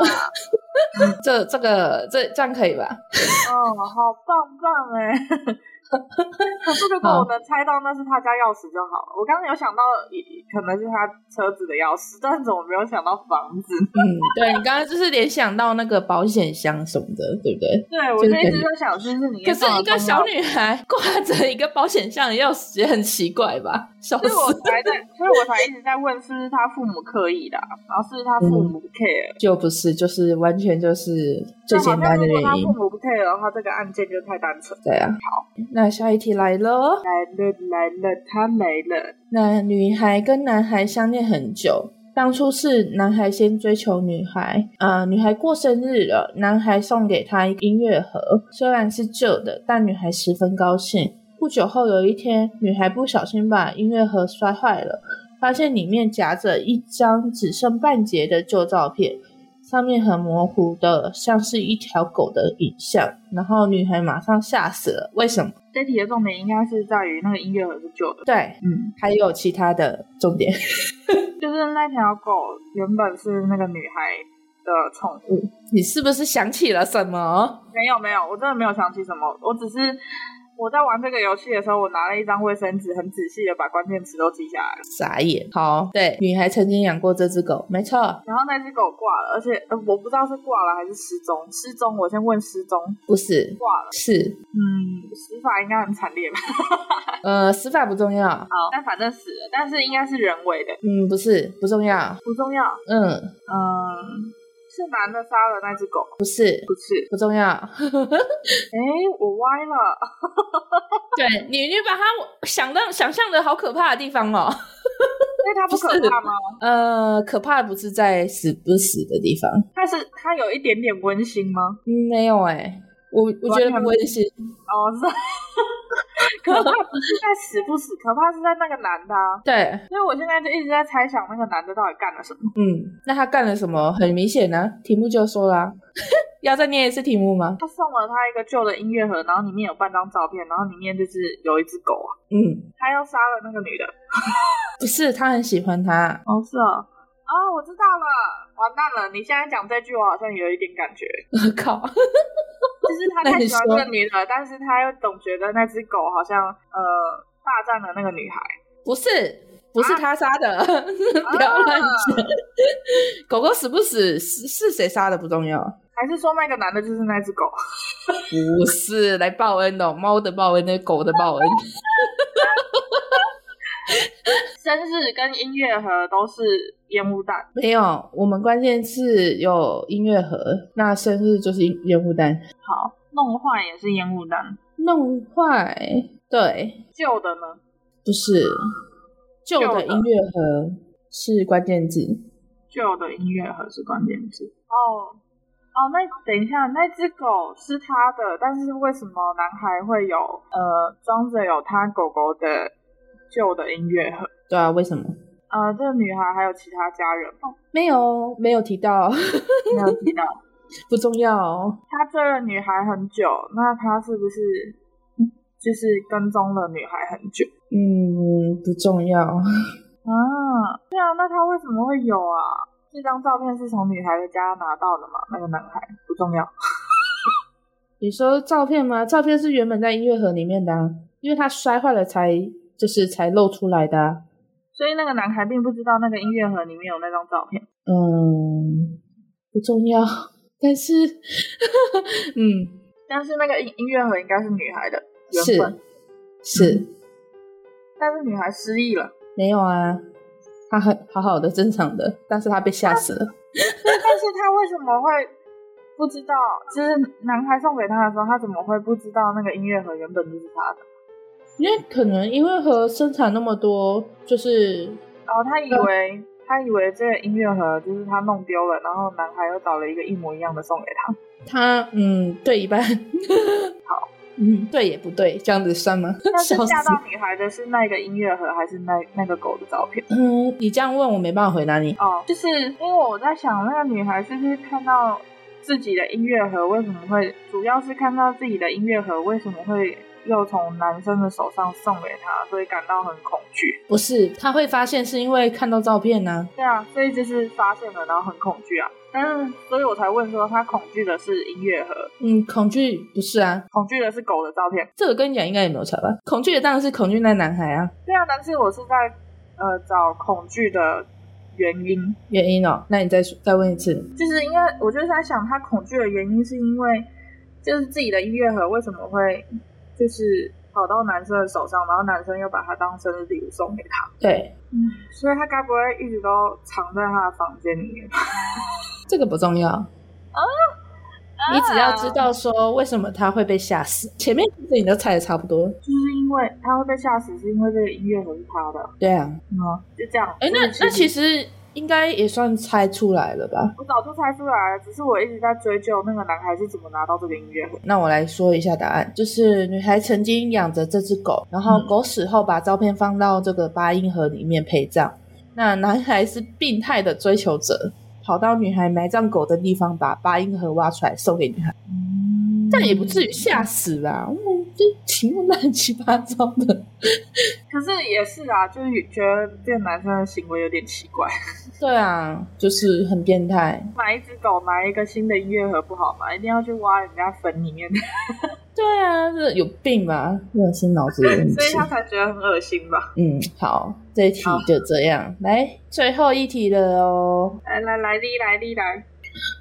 [SPEAKER 2] 哇，
[SPEAKER 3] 这这个这这样可以吧？
[SPEAKER 2] 哦，好棒棒哎！ 可是如果我能猜到那是他家钥匙就好了。我刚刚有想到可能是他车子的钥匙，但是怎么没有想到房子？
[SPEAKER 3] 嗯，对你刚刚就是联想到那个保险箱什么的，对不对？
[SPEAKER 2] 对我就一直在想，是不是你
[SPEAKER 3] 可是
[SPEAKER 2] 放了
[SPEAKER 3] 一个小
[SPEAKER 2] 公钥匙
[SPEAKER 3] 女孩挂着一个保险箱的钥匙，也很奇怪吧？笑
[SPEAKER 2] 所以我
[SPEAKER 3] 死，
[SPEAKER 2] 才在，所以我才一直在问，是不是他父母刻意的啊、然后是不是他父母不 care？、
[SPEAKER 3] 就不是，就是完全就是嗯最
[SPEAKER 2] 但好
[SPEAKER 3] 简单
[SPEAKER 2] 像
[SPEAKER 3] 的
[SPEAKER 2] 如
[SPEAKER 3] 原
[SPEAKER 2] 果他
[SPEAKER 3] 因
[SPEAKER 2] 父。母不 care 的话，这个案件就太单纯。
[SPEAKER 3] 对啊，好，那下一题来了。
[SPEAKER 2] 来了来了，他没了。
[SPEAKER 3] 那女孩跟男孩相恋很久，当初是男孩先追求女孩，啊、女孩过生日了，男孩送给她音乐盒，虽然是旧的，但女孩十分高兴。不久后有一天，女孩不小心把音乐盒摔坏了，发现里面夹着一张只剩半截的旧照片，上面很模糊的，像是一条狗的影像。然后女孩马上吓死了，为什么？
[SPEAKER 2] 这题的重点应该是在于那个音乐盒是旧的，
[SPEAKER 3] 对，
[SPEAKER 2] 嗯，
[SPEAKER 3] 还有其他的重点。
[SPEAKER 2] 就是那条狗原本是那个女孩的宠物。
[SPEAKER 3] 你是不是想起了什么？
[SPEAKER 2] 没有没有，我真的没有想起什么，我只是我在玩这个游戏的时候，我拿了一张卫生纸，很仔细的把关键词都记下来了。
[SPEAKER 3] 傻眼。好，对，女孩曾经养过这只狗，没错，
[SPEAKER 2] 然后那只狗挂了，而且、呃、我不知道是挂了还是失踪。失踪，我先问失踪。
[SPEAKER 3] 不是，
[SPEAKER 2] 挂了，
[SPEAKER 3] 是，
[SPEAKER 2] 嗯，死法应该很惨烈吧？
[SPEAKER 3] 呃，死法不重要，
[SPEAKER 2] 好，但反正死了，但是应该是人为的，
[SPEAKER 3] 嗯，不是，不重要，
[SPEAKER 2] 不重要。
[SPEAKER 3] 嗯，
[SPEAKER 2] 嗯，是男的杀了那只狗，
[SPEAKER 3] 不是，
[SPEAKER 2] 不是？
[SPEAKER 3] 不重要。
[SPEAKER 2] 哎，我歪了，
[SPEAKER 3] 对你，你把它想到想象的好可怕的地方哦。
[SPEAKER 2] 那它不可怕吗？
[SPEAKER 3] 呃，可怕的不是在死不死的地方，
[SPEAKER 2] 它是它有一点点温馨吗？
[SPEAKER 3] 嗯、没有哎、我我觉得不温馨，
[SPEAKER 2] 哦，是。 可怕不是在死不死，可怕是在那个男的、啊。
[SPEAKER 3] 对，
[SPEAKER 2] 所以我现在就一直在猜想那个男的到底干了什么。
[SPEAKER 3] 嗯，那他干了什么？很明显呢、啊题目就说啦、 要再念一次题目吗？
[SPEAKER 2] 他送了他一个旧的音乐盒，然后里面有半张照片，然后里面就是有一只狗啊。
[SPEAKER 3] 嗯，
[SPEAKER 2] 他要杀了那个女的。
[SPEAKER 3] 不是，他很喜欢他。
[SPEAKER 2] 哦，是啊。哦，我知道了，完蛋了！你现在讲这句，我好像有一点感 觉，
[SPEAKER 3] 我靠，
[SPEAKER 2] 就是他太喜欢这个女的，但是他又总觉得那只狗好像呃霸占了那个女孩。
[SPEAKER 3] 不是，不是他杀的， 不要乱讲。狗狗死不死是是谁杀的不重要，
[SPEAKER 2] 还是说那个男的就是那只 狗？
[SPEAKER 3] 不是来报恩的哦、猫的报恩，那狗的报恩。
[SPEAKER 2] 生日跟音乐盒都是烟雾弹，
[SPEAKER 3] 没有，我们关键是有音乐盒，那生日就是烟雾弹
[SPEAKER 2] 好，弄坏也是烟雾弹。
[SPEAKER 3] 弄坏，对，
[SPEAKER 2] 旧的呢？
[SPEAKER 3] 不是旧
[SPEAKER 2] 旧
[SPEAKER 3] 的
[SPEAKER 2] 的
[SPEAKER 3] 音乐盒是关键字，
[SPEAKER 2] 旧的音乐盒是关键字。哦哦，那等一下，那只狗是他的，但是为什么男孩会有呃装着有他狗狗的旧的音乐盒？
[SPEAKER 3] 对啊，为什么？
[SPEAKER 2] 呃，这个女孩还有其他家人 吗？
[SPEAKER 3] 没有，没有提到，
[SPEAKER 2] 没有提到。
[SPEAKER 3] 不重要哦、
[SPEAKER 2] 他追了女孩很久，那他是不是就是跟踪了女孩很久
[SPEAKER 3] 嗯，不重要。
[SPEAKER 2] 啊？对啊，那他为什么会有啊？这张照片是从女孩的家拿到的吗？那个男孩不重要。
[SPEAKER 3] 你说照片吗？照片是原本在音乐盒里面的、啊，因为它摔坏了才就是才露出来的啊、
[SPEAKER 2] 所以那个男孩并不知道那个音乐盒里面有那张照片。
[SPEAKER 3] 嗯，不重要。但是， 嗯，
[SPEAKER 2] 但是那个音音乐盒应该是女孩的原
[SPEAKER 3] 是
[SPEAKER 2] 本，
[SPEAKER 3] 是
[SPEAKER 2] 但是女孩失忆了。
[SPEAKER 3] 没有啊，他很好好的正常的，但是他被吓死了。
[SPEAKER 2] 但是她为什么会不知道？就是男孩送给她的时候，她怎么会不知道那个音乐盒原本就是她的？
[SPEAKER 3] 因为可能因为和生产那么多，就是
[SPEAKER 2] 然后他以为他以为这个音乐盒就是他弄丢了，然后男孩又找了一个一模一样的送给他。
[SPEAKER 3] 他嗯对一半，
[SPEAKER 2] 好，
[SPEAKER 3] 嗯对也不对，这样子算吗？
[SPEAKER 2] 但是
[SPEAKER 3] 笑死
[SPEAKER 2] 嫁到女孩的是那个音乐盒还是那那个狗的照片？
[SPEAKER 3] 嗯，你这样问我没办法回答你。
[SPEAKER 2] 哦，就是因为我在想，那个女孩是不是看到自己的音乐盒为什么会，主要是看到自己的音乐盒为什么会又从男生的手上送给她，所以感到很恐惧。
[SPEAKER 3] 不是，他会发现是因为看到照片呢、
[SPEAKER 2] 对啊，所以就是发现了，然后很恐惧啊。但是，所以我才问说，她恐惧的是音乐盒，
[SPEAKER 3] 嗯，恐惧不是啊，
[SPEAKER 2] 恐惧的是狗的照片。
[SPEAKER 3] 这个跟你讲应该也没有差吧？恐惧的当然是恐惧那男孩啊，
[SPEAKER 2] 对啊，但是我是在呃找恐惧的原因，
[SPEAKER 3] 原因哦。那你再说再问一次，
[SPEAKER 2] 就是因为我就是在想，他恐惧的原因是因为就是自己的音乐盒为什么会就是跑到男生的手上，然后男生又把它当生日礼物送给他，
[SPEAKER 3] 对，
[SPEAKER 2] 嗯，所以他该不会一直都藏在他的房间里面吧？
[SPEAKER 3] 这个不重要。哦你只要知道说为什么他会被吓死，前面其实你都猜的差不多。
[SPEAKER 2] 就是因为他会被吓死，是因为这个音乐盒是他的，
[SPEAKER 3] 对啊，
[SPEAKER 2] 嗯，就这样。
[SPEAKER 3] 哎，那
[SPEAKER 2] 就是
[SPEAKER 3] 那其实应该也算猜出来了吧？
[SPEAKER 2] 我早就猜出来了，只是我一直在追究那个男孩是怎么拿到这个音乐盒。
[SPEAKER 3] 那我来说一下答案，就是女孩曾经养着这只狗，然后
[SPEAKER 2] 嗯
[SPEAKER 3] 狗死后把照片放到这个八音盒里面陪葬。那男孩是病态的追求者，跑到女孩埋葬狗的地方，把八音盒挖出来送给女孩，但也不至于吓死吧？嗯，这题目乱七八糟的。
[SPEAKER 2] 可是也是啊，就是觉得这个男生的行为有点奇怪。
[SPEAKER 3] 对啊，就是很变态。
[SPEAKER 2] 买一只狗，买一个新的音乐盒不好吗？一定要去挖人家坟里面，
[SPEAKER 3] 对啊，这有病吧？真的啊是脑子有问题
[SPEAKER 2] 所。以他才觉得很恶心吧？
[SPEAKER 3] 嗯，好，这一题
[SPEAKER 2] 好
[SPEAKER 3] 就这样。来，最后一题了哦。
[SPEAKER 2] 来来来，哩来哩来，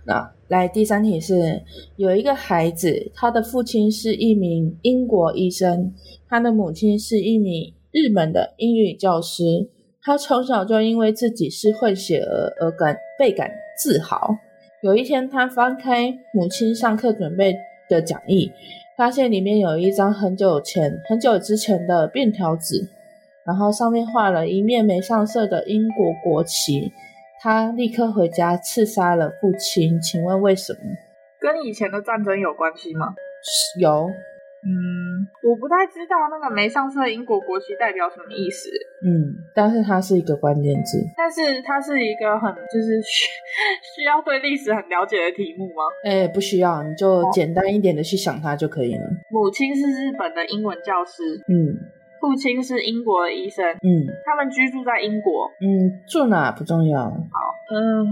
[SPEAKER 3] 那啊来第三题是，有一个孩子，他的父亲是一名英国医生，他的母亲是一名日本的英语教师。他从小就因为自己是混血儿而感倍感自豪。有一天，他翻开母亲上课准备的讲义，发现里面有一张很久前、很久之前的便条纸，然后上面画了一面没上色的英国国旗。他立刻回家刺杀了父亲。请问为什么？
[SPEAKER 2] 跟以前的战争有关系吗？
[SPEAKER 3] 有，
[SPEAKER 2] 嗯，我不太知道那个没上色英国国旗代表什么意思，
[SPEAKER 3] 嗯，但是它是一个关键字。
[SPEAKER 2] 但是它是一个很就是 需需要对历史很了解的题目吗？
[SPEAKER 3] 哎，不需要，你就简单一点的去想它就可以了。
[SPEAKER 2] 母亲是日本的英文教师，
[SPEAKER 3] 嗯
[SPEAKER 2] 父亲是英国的医生，
[SPEAKER 3] 嗯
[SPEAKER 2] 他们居住在英国。
[SPEAKER 3] 嗯，住哪不重要。
[SPEAKER 2] 嗯，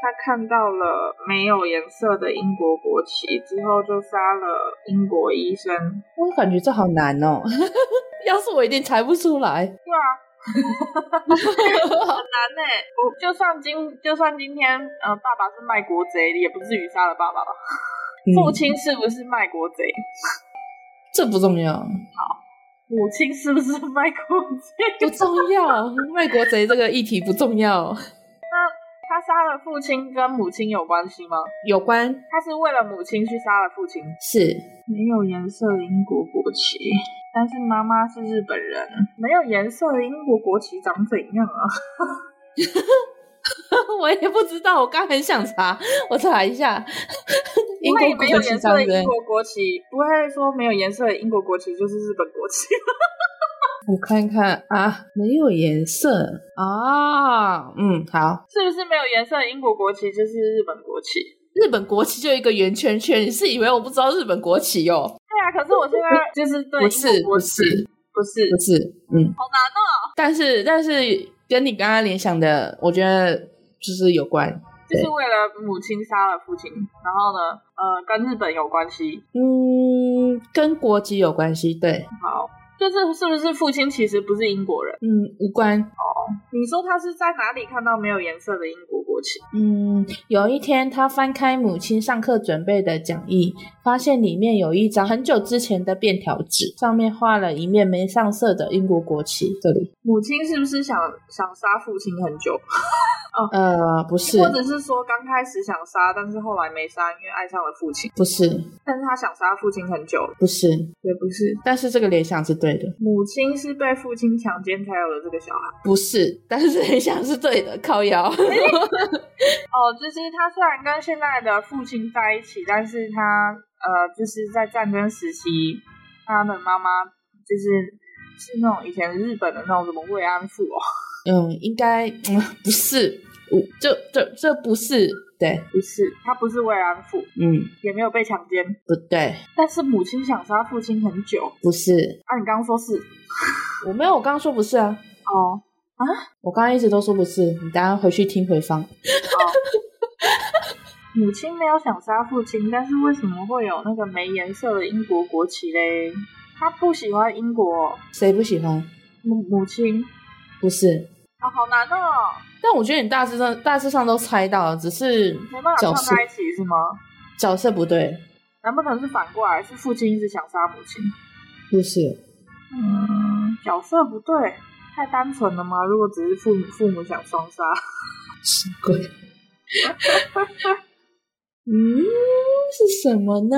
[SPEAKER 2] 他看到了没有颜色的英国国旗之后，就杀了英国医生。
[SPEAKER 3] 我感觉这好难哦， 要是我一定猜不出来。
[SPEAKER 2] 对啊，很难呢、欸我就算今就算今天，呃，爸爸是卖国贼，也不至于杀了爸爸吧？父
[SPEAKER 3] 嗯，
[SPEAKER 2] 亲是不是卖国贼？
[SPEAKER 3] 这不重要，
[SPEAKER 2] 母亲是不是卖国贼？
[SPEAKER 3] 不重要。卖国贼这个议题不重要，
[SPEAKER 2] 他杀了父亲跟母亲有关系吗？
[SPEAKER 3] 有关
[SPEAKER 2] 他是为了母亲去杀了父亲。
[SPEAKER 3] 是
[SPEAKER 2] 没有颜色的英国国旗，但是妈妈是日本人。没有颜色的英国国旗长怎样啊？
[SPEAKER 3] 我也不知道，我刚很想查，我查一下。 英
[SPEAKER 2] 不会
[SPEAKER 3] 国
[SPEAKER 2] 没有
[SPEAKER 3] 国旗
[SPEAKER 2] 颜色的
[SPEAKER 3] 上
[SPEAKER 2] 英
[SPEAKER 3] 对，
[SPEAKER 2] 国国旗，不会说没有颜色的英国国旗就是日本国旗。
[SPEAKER 3] 我看看啊，没有颜色啊，嗯，好，
[SPEAKER 2] 是不是没有颜色的英国国旗就是日本国旗？
[SPEAKER 3] 日本国旗就一个圆圈圈，你是以为我不知道日本国旗哦？
[SPEAKER 2] 对啊，可是我现在就是对
[SPEAKER 3] 不是
[SPEAKER 2] 英国国旗
[SPEAKER 3] 不是
[SPEAKER 2] 不是
[SPEAKER 3] 不是，嗯，好难哦。但是但是跟你刚刚联想的，我觉得就是有关，
[SPEAKER 2] 就是为了母亲杀了父亲，然后呢，呃，跟日本有关系。
[SPEAKER 3] 嗯，跟国籍有关系，对，
[SPEAKER 2] 好，就是是不是父亲其实不是英国人？
[SPEAKER 3] 嗯，无关。
[SPEAKER 2] 你说他是在哪里看到没有颜色的英国国旗？
[SPEAKER 3] 嗯，有一天他翻开母亲上课准备的讲义，发现里面有一张很久之前的便条纸，上面画了一面没上色的英国国旗。这里
[SPEAKER 2] 母亲是不是想想杀父亲很久？哦
[SPEAKER 3] 呃，不是，
[SPEAKER 2] 或者是说刚开始想杀，但是后来没杀，因为爱上了父亲。
[SPEAKER 3] 不是，
[SPEAKER 2] 但是他想杀父亲很久了，
[SPEAKER 3] 不是，
[SPEAKER 2] 也不是。
[SPEAKER 3] 但是这个联想是对的，
[SPEAKER 2] 母亲是被父亲强奸才有了这个小孩。
[SPEAKER 3] 不是，但是联想是对的，靠腰。
[SPEAKER 2] 哦，就是他虽然跟现在的父亲在一起，但是他呃，就是在战争时期，他的妈妈就是是那种以前日本的那种什么慰安妇哦，
[SPEAKER 3] 嗯，应该、嗯、不是，我这这这不是，对，
[SPEAKER 2] 不是，他不是慰安妇，
[SPEAKER 3] 嗯，
[SPEAKER 2] 也没有被强奸，
[SPEAKER 3] 不对，
[SPEAKER 2] 但是母亲想杀父亲很久。
[SPEAKER 3] 不是，
[SPEAKER 2] 啊，你刚刚说是
[SPEAKER 3] 我没有，我刚刚说不是啊，
[SPEAKER 2] 哦，
[SPEAKER 3] 我刚刚一直都说不是，你等一下回去听回放。
[SPEAKER 2] 母亲没有想杀父亲，但是为什么会有那个没颜色的英国国旗嘞？他不喜欢英国哦
[SPEAKER 3] 谁不喜欢？
[SPEAKER 2] 母母亲
[SPEAKER 3] 不是，
[SPEAKER 2] 啊、好难哦，
[SPEAKER 3] 但我觉得你大致上大致上都猜到了，只是
[SPEAKER 2] 没办法
[SPEAKER 3] 角
[SPEAKER 2] 放
[SPEAKER 3] 色
[SPEAKER 2] 在一起是吗？
[SPEAKER 3] 角色不对，
[SPEAKER 2] 难不成是反过来，是父亲一直想杀母亲？
[SPEAKER 3] 不是，
[SPEAKER 2] 嗯，角色不对，太单纯了吗？如果只是父母父母想双杀，
[SPEAKER 3] 什么鬼？ 嗯，是什么呢？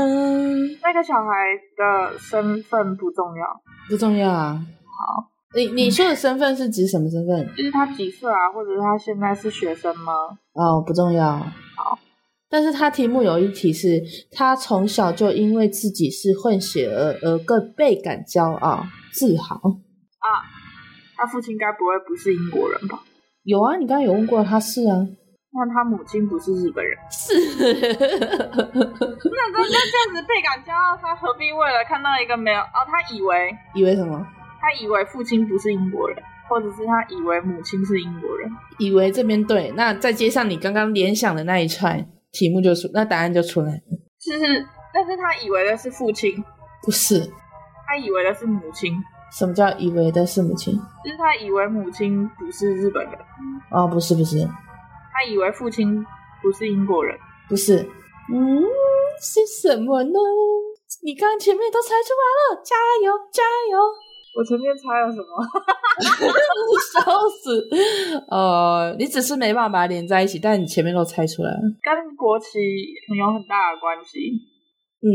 [SPEAKER 2] 那个小孩的身份不重要，
[SPEAKER 3] 不重要啊。
[SPEAKER 2] 好，
[SPEAKER 3] 你你说的身份是指什么身份？
[SPEAKER 2] 就是他几岁啊，或者是他现在是学生吗？
[SPEAKER 3] 哦，不重要。好，但是他题目有一题是，他从小就因为自己是混血儿而更倍感骄傲、自豪。
[SPEAKER 2] 他父亲该不会不是英国人吧？
[SPEAKER 3] 有啊，你刚刚有问过他是啊，
[SPEAKER 2] 那他母亲不是日本人，
[SPEAKER 3] 是，
[SPEAKER 2] 那那那这样子倍感骄傲，他何必为了看到一个没有哦？他以为
[SPEAKER 3] 以为什么？
[SPEAKER 2] 他以为父亲不是英国人，或者是他以为母亲是英国人，
[SPEAKER 3] 以为这边对，那再接上你刚刚联想的那一串题目就出，那答案就出来了。
[SPEAKER 2] 就是但是他以为的是父亲，
[SPEAKER 3] 不是，
[SPEAKER 2] 他以为的是母亲，
[SPEAKER 3] 什么叫以为的是母亲？
[SPEAKER 2] 就是他以为母亲不是日本人，
[SPEAKER 3] 哦，不是，不是，
[SPEAKER 2] 他以为父亲不是英国人，
[SPEAKER 3] 不是，嗯，是什么呢？你刚刚前面都猜出来了，加油，加油！
[SPEAKER 2] 我前面猜了什么？
[SPEAKER 3] 笑死！呃，你只是没办法把它连在一起，但你前面都猜出来了。
[SPEAKER 2] 跟国旗没有很大的关系。
[SPEAKER 3] 嗯，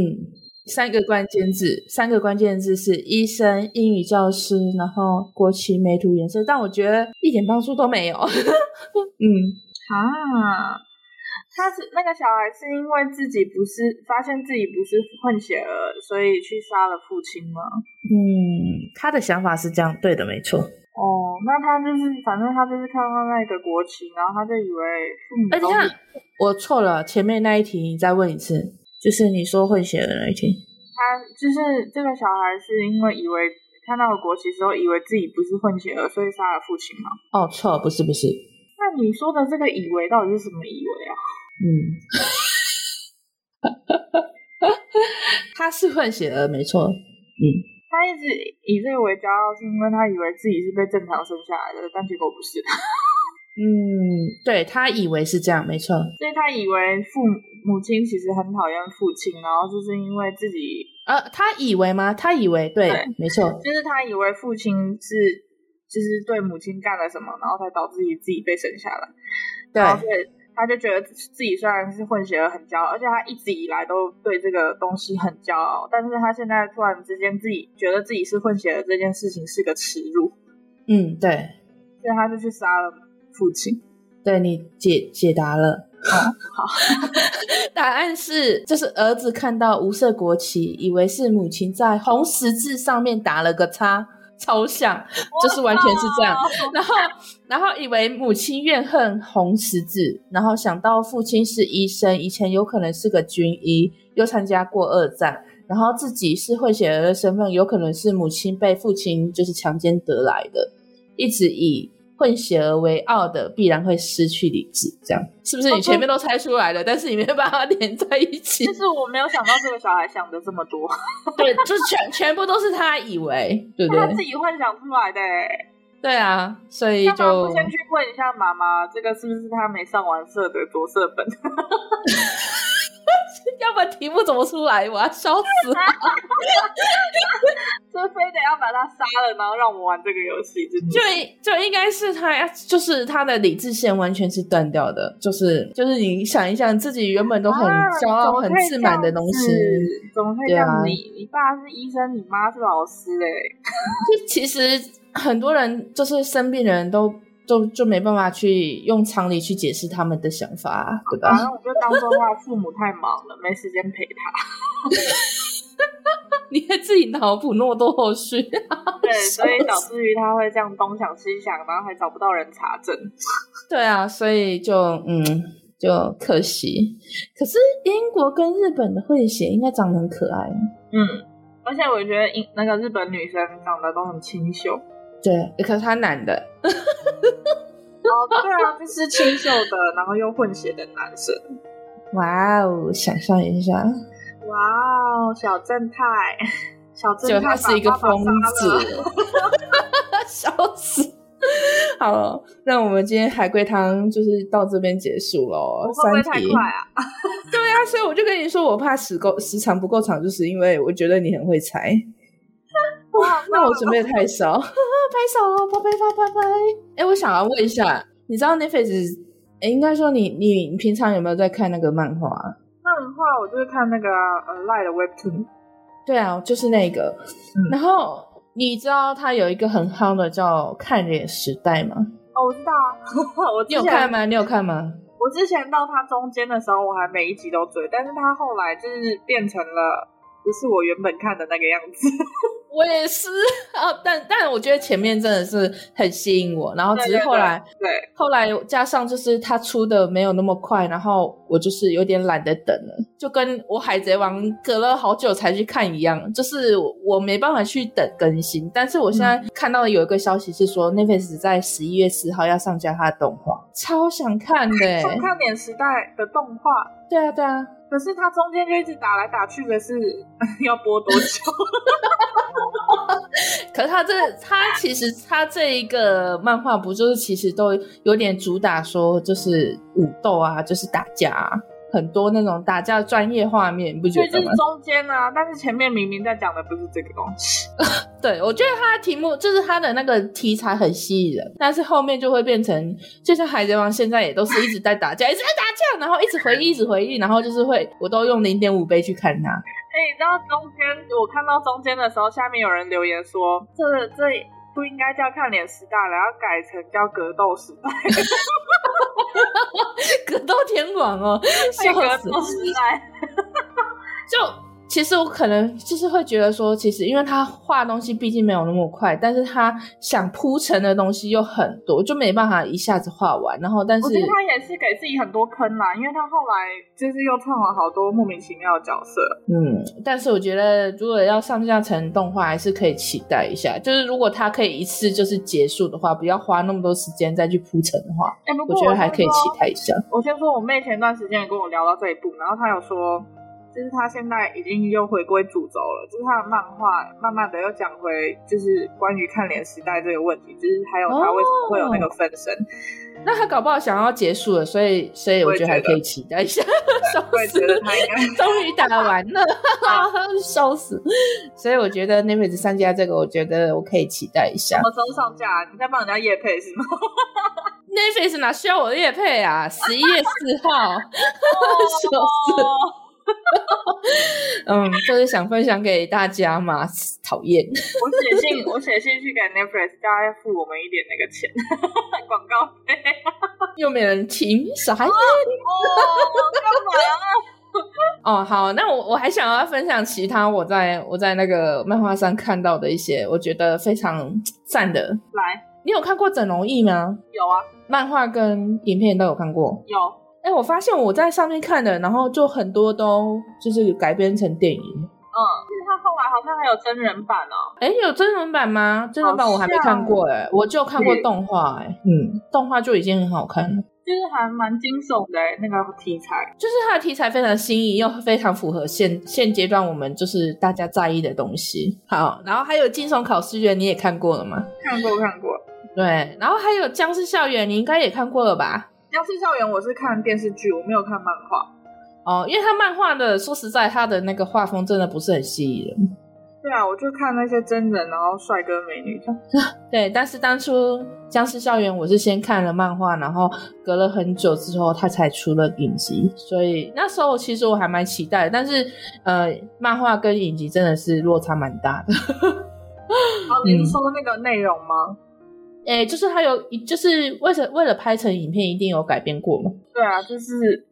[SPEAKER 3] 三个关键字，三个关键字是医生、英语教师，然后国旗、美图、颜色，但我觉得一点帮助都没有。 嗯，
[SPEAKER 2] 啊，他是那个小孩是因为自己不是发现自己不是混血儿，所以去杀了父亲吗？
[SPEAKER 3] 嗯，他的想法是这样，对的，没错。
[SPEAKER 2] 哦，那他就是反正他就是看到那个国旗，然后他就以为父母
[SPEAKER 3] 哎，你
[SPEAKER 2] 都
[SPEAKER 3] 看，我错了，前面那一题你再问一次，就是你说混血的那一题。
[SPEAKER 2] 他就是这个小孩是因为以为看到了国旗之后，以为自己不是混血儿，所以杀了父亲吗？
[SPEAKER 3] 哦，错，不是，不是，
[SPEAKER 2] 那你说的这个以为到底是什么以为啊？
[SPEAKER 3] 嗯， 他是混血儿，没错。
[SPEAKER 2] 他一直以这个为骄傲，是因为他以为自己是被正常生下来的，但结果不是。
[SPEAKER 3] 嗯，对他以为是这样，没错。
[SPEAKER 2] 所以他以为父母母亲其实很讨厌父亲，然后就是因为自己，
[SPEAKER 3] 呃，他以为吗？他以为对，
[SPEAKER 2] 对
[SPEAKER 3] 没错，
[SPEAKER 2] 就是他以为父亲是就是对母亲干了什么，然后才导致于自己被生下来。
[SPEAKER 3] 对
[SPEAKER 2] 然后所以他就觉得自己虽然是混血儿很骄傲，而且他一直以来都对这个东西很骄傲，但是他现在突然之间自己觉得自己是混血儿这件事情是个耻辱，
[SPEAKER 3] 嗯，对，
[SPEAKER 2] 所以他就去杀了父亲。
[SPEAKER 3] 对你解解答了。
[SPEAKER 2] 好，
[SPEAKER 3] 哦 答案是，就是儿子看到无色国旗，以为是母亲在红十字上面打了个叉，超像，就是完全是这样。
[SPEAKER 2] 啊
[SPEAKER 3] 然后，然后以为母亲怨恨红十字，然后想到父亲是医生，以前有可能是个军医，又参加过二战，然后自己是混血儿的身份，有可能是母亲被父亲就是强奸得来的，一直以混血儿为傲的，必然会失去理智。这样是不是？
[SPEAKER 2] 哦
[SPEAKER 3] 你前面都猜出来了，但是你没办法 连在一起
[SPEAKER 2] 就。是我没有想到这个小孩想的这么多。
[SPEAKER 3] 对，就全全部都是他以为， 对不
[SPEAKER 2] 他自
[SPEAKER 3] 对？
[SPEAKER 2] 己幻想出来的、欸，
[SPEAKER 3] 对啊，所以
[SPEAKER 2] 干嘛
[SPEAKER 3] 就
[SPEAKER 2] 不先去问一下妈 妈，这个是不是他没上完色的着色本？
[SPEAKER 3] 要不然题目怎么出来？我要笑死了！
[SPEAKER 2] 就非得要把他杀了，然后让我们玩这个游戏，真的
[SPEAKER 3] 就就应该是他，就是他的理智线完全是断掉的，就是就是你想一想，自己原本都很
[SPEAKER 2] 啊
[SPEAKER 3] 骄傲、
[SPEAKER 2] 怎么
[SPEAKER 3] 很
[SPEAKER 2] 可以
[SPEAKER 3] 自
[SPEAKER 2] 这
[SPEAKER 3] 满的
[SPEAKER 2] 样
[SPEAKER 3] 东西，
[SPEAKER 2] 子怎么会这
[SPEAKER 3] 对
[SPEAKER 2] 样
[SPEAKER 3] 啊
[SPEAKER 2] 你？你爸是医生，你妈是老师哎、
[SPEAKER 3] 就其实很多人就是生病的人都都就没办法去用常理去解释他们的想法啊，对吧？
[SPEAKER 2] 反正我就当做他父母太忙了，没时间陪他。
[SPEAKER 3] 你还自己脑补那么多后续，
[SPEAKER 2] 对，所以导致于他会这样东想西想，然后还找不到人查证。
[SPEAKER 3] 对啊，所以就嗯，就可惜。可是英国跟日本的混血应该长得很可爱，
[SPEAKER 2] 嗯，而且我觉得英那个日本女生长得都很清秀。
[SPEAKER 3] 对，可是他男的，
[SPEAKER 2] 哦，对啊，就是清秀的，然后又混血的男生。
[SPEAKER 3] 哇哦，想象一下，
[SPEAKER 2] 哇哦，小正太， 小正
[SPEAKER 3] 就
[SPEAKER 2] 太
[SPEAKER 3] 他是一个
[SPEAKER 2] 把爸爸
[SPEAKER 3] 疯
[SPEAKER 2] 杀了。
[SPEAKER 3] 子， 笑死。好了，那我们今天海龟汤就是到这边结束喽
[SPEAKER 2] 我。会不会
[SPEAKER 3] 三
[SPEAKER 2] 太
[SPEAKER 3] 题，
[SPEAKER 2] 快 啊？
[SPEAKER 3] 对啊，所以我就跟你说，我怕时够时长不够长，就是因为我觉得你很会猜，那我准备得太少， 拍手哦，拍拍拍拍拍。哎、我想要问一下，你知道 Netflix？哎、应该说你你你平常有没有在看那个漫画、啊？
[SPEAKER 2] 漫画我就是看那个啊呃赖的 Webtoon，
[SPEAKER 3] 对啊，就是那个。
[SPEAKER 2] 嗯
[SPEAKER 3] 然后你知道它有一个很夯的叫《看脸时代》吗？
[SPEAKER 2] 哦，我知道啊， 我
[SPEAKER 3] 你
[SPEAKER 2] 之
[SPEAKER 3] 有看
[SPEAKER 2] 前
[SPEAKER 3] 吗？你有看吗？
[SPEAKER 2] 我之前到它中间的时候，我还每一集都追，但是它后来就是变成了不是我原本看的那个样子，
[SPEAKER 3] 我也是 哦，但但我觉得前面真的是很吸引我，然后只
[SPEAKER 2] 对
[SPEAKER 3] 是
[SPEAKER 2] 对
[SPEAKER 3] 后来
[SPEAKER 2] 对，
[SPEAKER 3] 后来加上就是它出的没有那么快，然后我就是有点懒得等了，就跟我海贼王隔了好久才去看一样，就是我我没办法去等更新。但是我现在看到有一个消息是说、n e t f l i x 在十一月四号要上架它的动画，超想看的、欸。
[SPEAKER 2] 从看点时代的动画，
[SPEAKER 3] 对啊，对啊，
[SPEAKER 2] 可是它中间就一直打来打去的是 要播多久？
[SPEAKER 3] 可是他这他其实他这一个漫画不就是其实都有点主打说就是武斗啊，就是打架、啊，很多那种打架专业画面，你 不觉
[SPEAKER 2] 所以
[SPEAKER 3] 得
[SPEAKER 2] 就
[SPEAKER 3] 吗
[SPEAKER 2] 是？中间啊，但是前面明明在讲的不是这个东西，
[SPEAKER 3] 对，我觉得他的题目就是他的那个题材很吸引人，但是后面就会变成，就像海贼王现在也都是一直在打架，一直 在打架，然后一直回忆，一直回忆，然后就是会我都用零点五倍去看它。
[SPEAKER 2] 哎、你知道中间我看到中间的时候，下面有人留言说，这这不应该叫看脸时代了，要改成叫格斗时代，
[SPEAKER 3] 格斗天王哦， 笑
[SPEAKER 2] 格
[SPEAKER 3] 死！
[SPEAKER 2] 斗时代。
[SPEAKER 3] 就其实我可能就是会觉得说，其实因为他画东西毕竟没有那么快，但是他想铺陈的东西又很多，就没办法一下子画完。然后，但是
[SPEAKER 2] 我觉得他也是给自己很多坑啦，因为他后来就是又创了好多莫名其妙的角色。
[SPEAKER 3] 嗯，但是我觉得如果要上架成动画，还是可以期待一下。就是如果他可以一次就是结束的话，不要花那么多时间再去铺陈的话，
[SPEAKER 2] 哎、不
[SPEAKER 3] 我
[SPEAKER 2] 过
[SPEAKER 3] 觉得还
[SPEAKER 2] 先
[SPEAKER 3] 可以
[SPEAKER 2] 说
[SPEAKER 3] 期待一下。
[SPEAKER 2] 我先说，我妹前段时间也跟我聊到这一部，然后她有说，就是她现在已经又回归主轴了，就是她的漫画慢慢的又讲回，就是关于看脸时代这个问题，就是还有她为什么会有那
[SPEAKER 3] 哦
[SPEAKER 2] 个分身，
[SPEAKER 3] 那他搞不好想要结束了，所以所以我觉得还可以期待一下。 笑
[SPEAKER 2] 我也
[SPEAKER 3] 死
[SPEAKER 2] 觉！得她应该
[SPEAKER 3] 终于打完了， 笑死！所以我觉得 Netflix 上架这个，我觉得我可以期待一下
[SPEAKER 2] 什。么时候上架、啊你在帮人家夜配是吗？
[SPEAKER 3] Netflix 哪需要我的乐配啊？十一月四号， 笑死！
[SPEAKER 2] 哦，
[SPEAKER 3] 嗯，就是想分享给大家嘛，讨厌。
[SPEAKER 2] 我写信，我写信去给 Netflix，叫他付我们一点那个钱，广告费。
[SPEAKER 3] 又没人听，小孩子
[SPEAKER 2] 哦，干嘛啊？
[SPEAKER 3] 哦。好，那我我还想要分享其他我在我在那个漫画上看到的一些我觉得非常赞的。
[SPEAKER 2] 来，
[SPEAKER 3] 你有看过整容艺吗？
[SPEAKER 2] 有啊，
[SPEAKER 3] 漫画跟影片都有看过。
[SPEAKER 2] 有。
[SPEAKER 3] 哎、我发现我在上面看的，然后就很多都就是改编成电影。
[SPEAKER 2] 嗯，就是他后来好像还有真人版哦。
[SPEAKER 3] 哎、有真人版吗？真人版我还没看过哎、我就看过动画哎、嗯，动画就已经很好看了，
[SPEAKER 2] 就是还蛮惊悚的欸那个题材。
[SPEAKER 3] 就是它的题材非常新颖，又非常符合现现阶段我们就是大家在意的东西。好，然后还有《惊悚考试院》，你也看过了吗？
[SPEAKER 2] 看过看过，
[SPEAKER 3] 对，然后还有《僵尸校园》，你应该也看过了吧？
[SPEAKER 2] 《僵尸校园》我是看电视剧，我没有看漫画。
[SPEAKER 3] 哦，因为他漫画的，说实在，他的那个画风真的不是很吸引人。
[SPEAKER 2] 对啊，我就看那些真人，然后帅哥美女，哦
[SPEAKER 3] 对，但是当初《僵尸校园》我是先看了漫画，然后隔了很久之后，它才出了影集，所以那时候其实我还蛮期待的，但是呃，漫画跟影集真的是落差蛮大的。
[SPEAKER 2] 哦，你是说那个内容吗？
[SPEAKER 3] 诶、就是它有，就是为了为了拍成影片，一定有改编过嘛？
[SPEAKER 2] 对啊，就是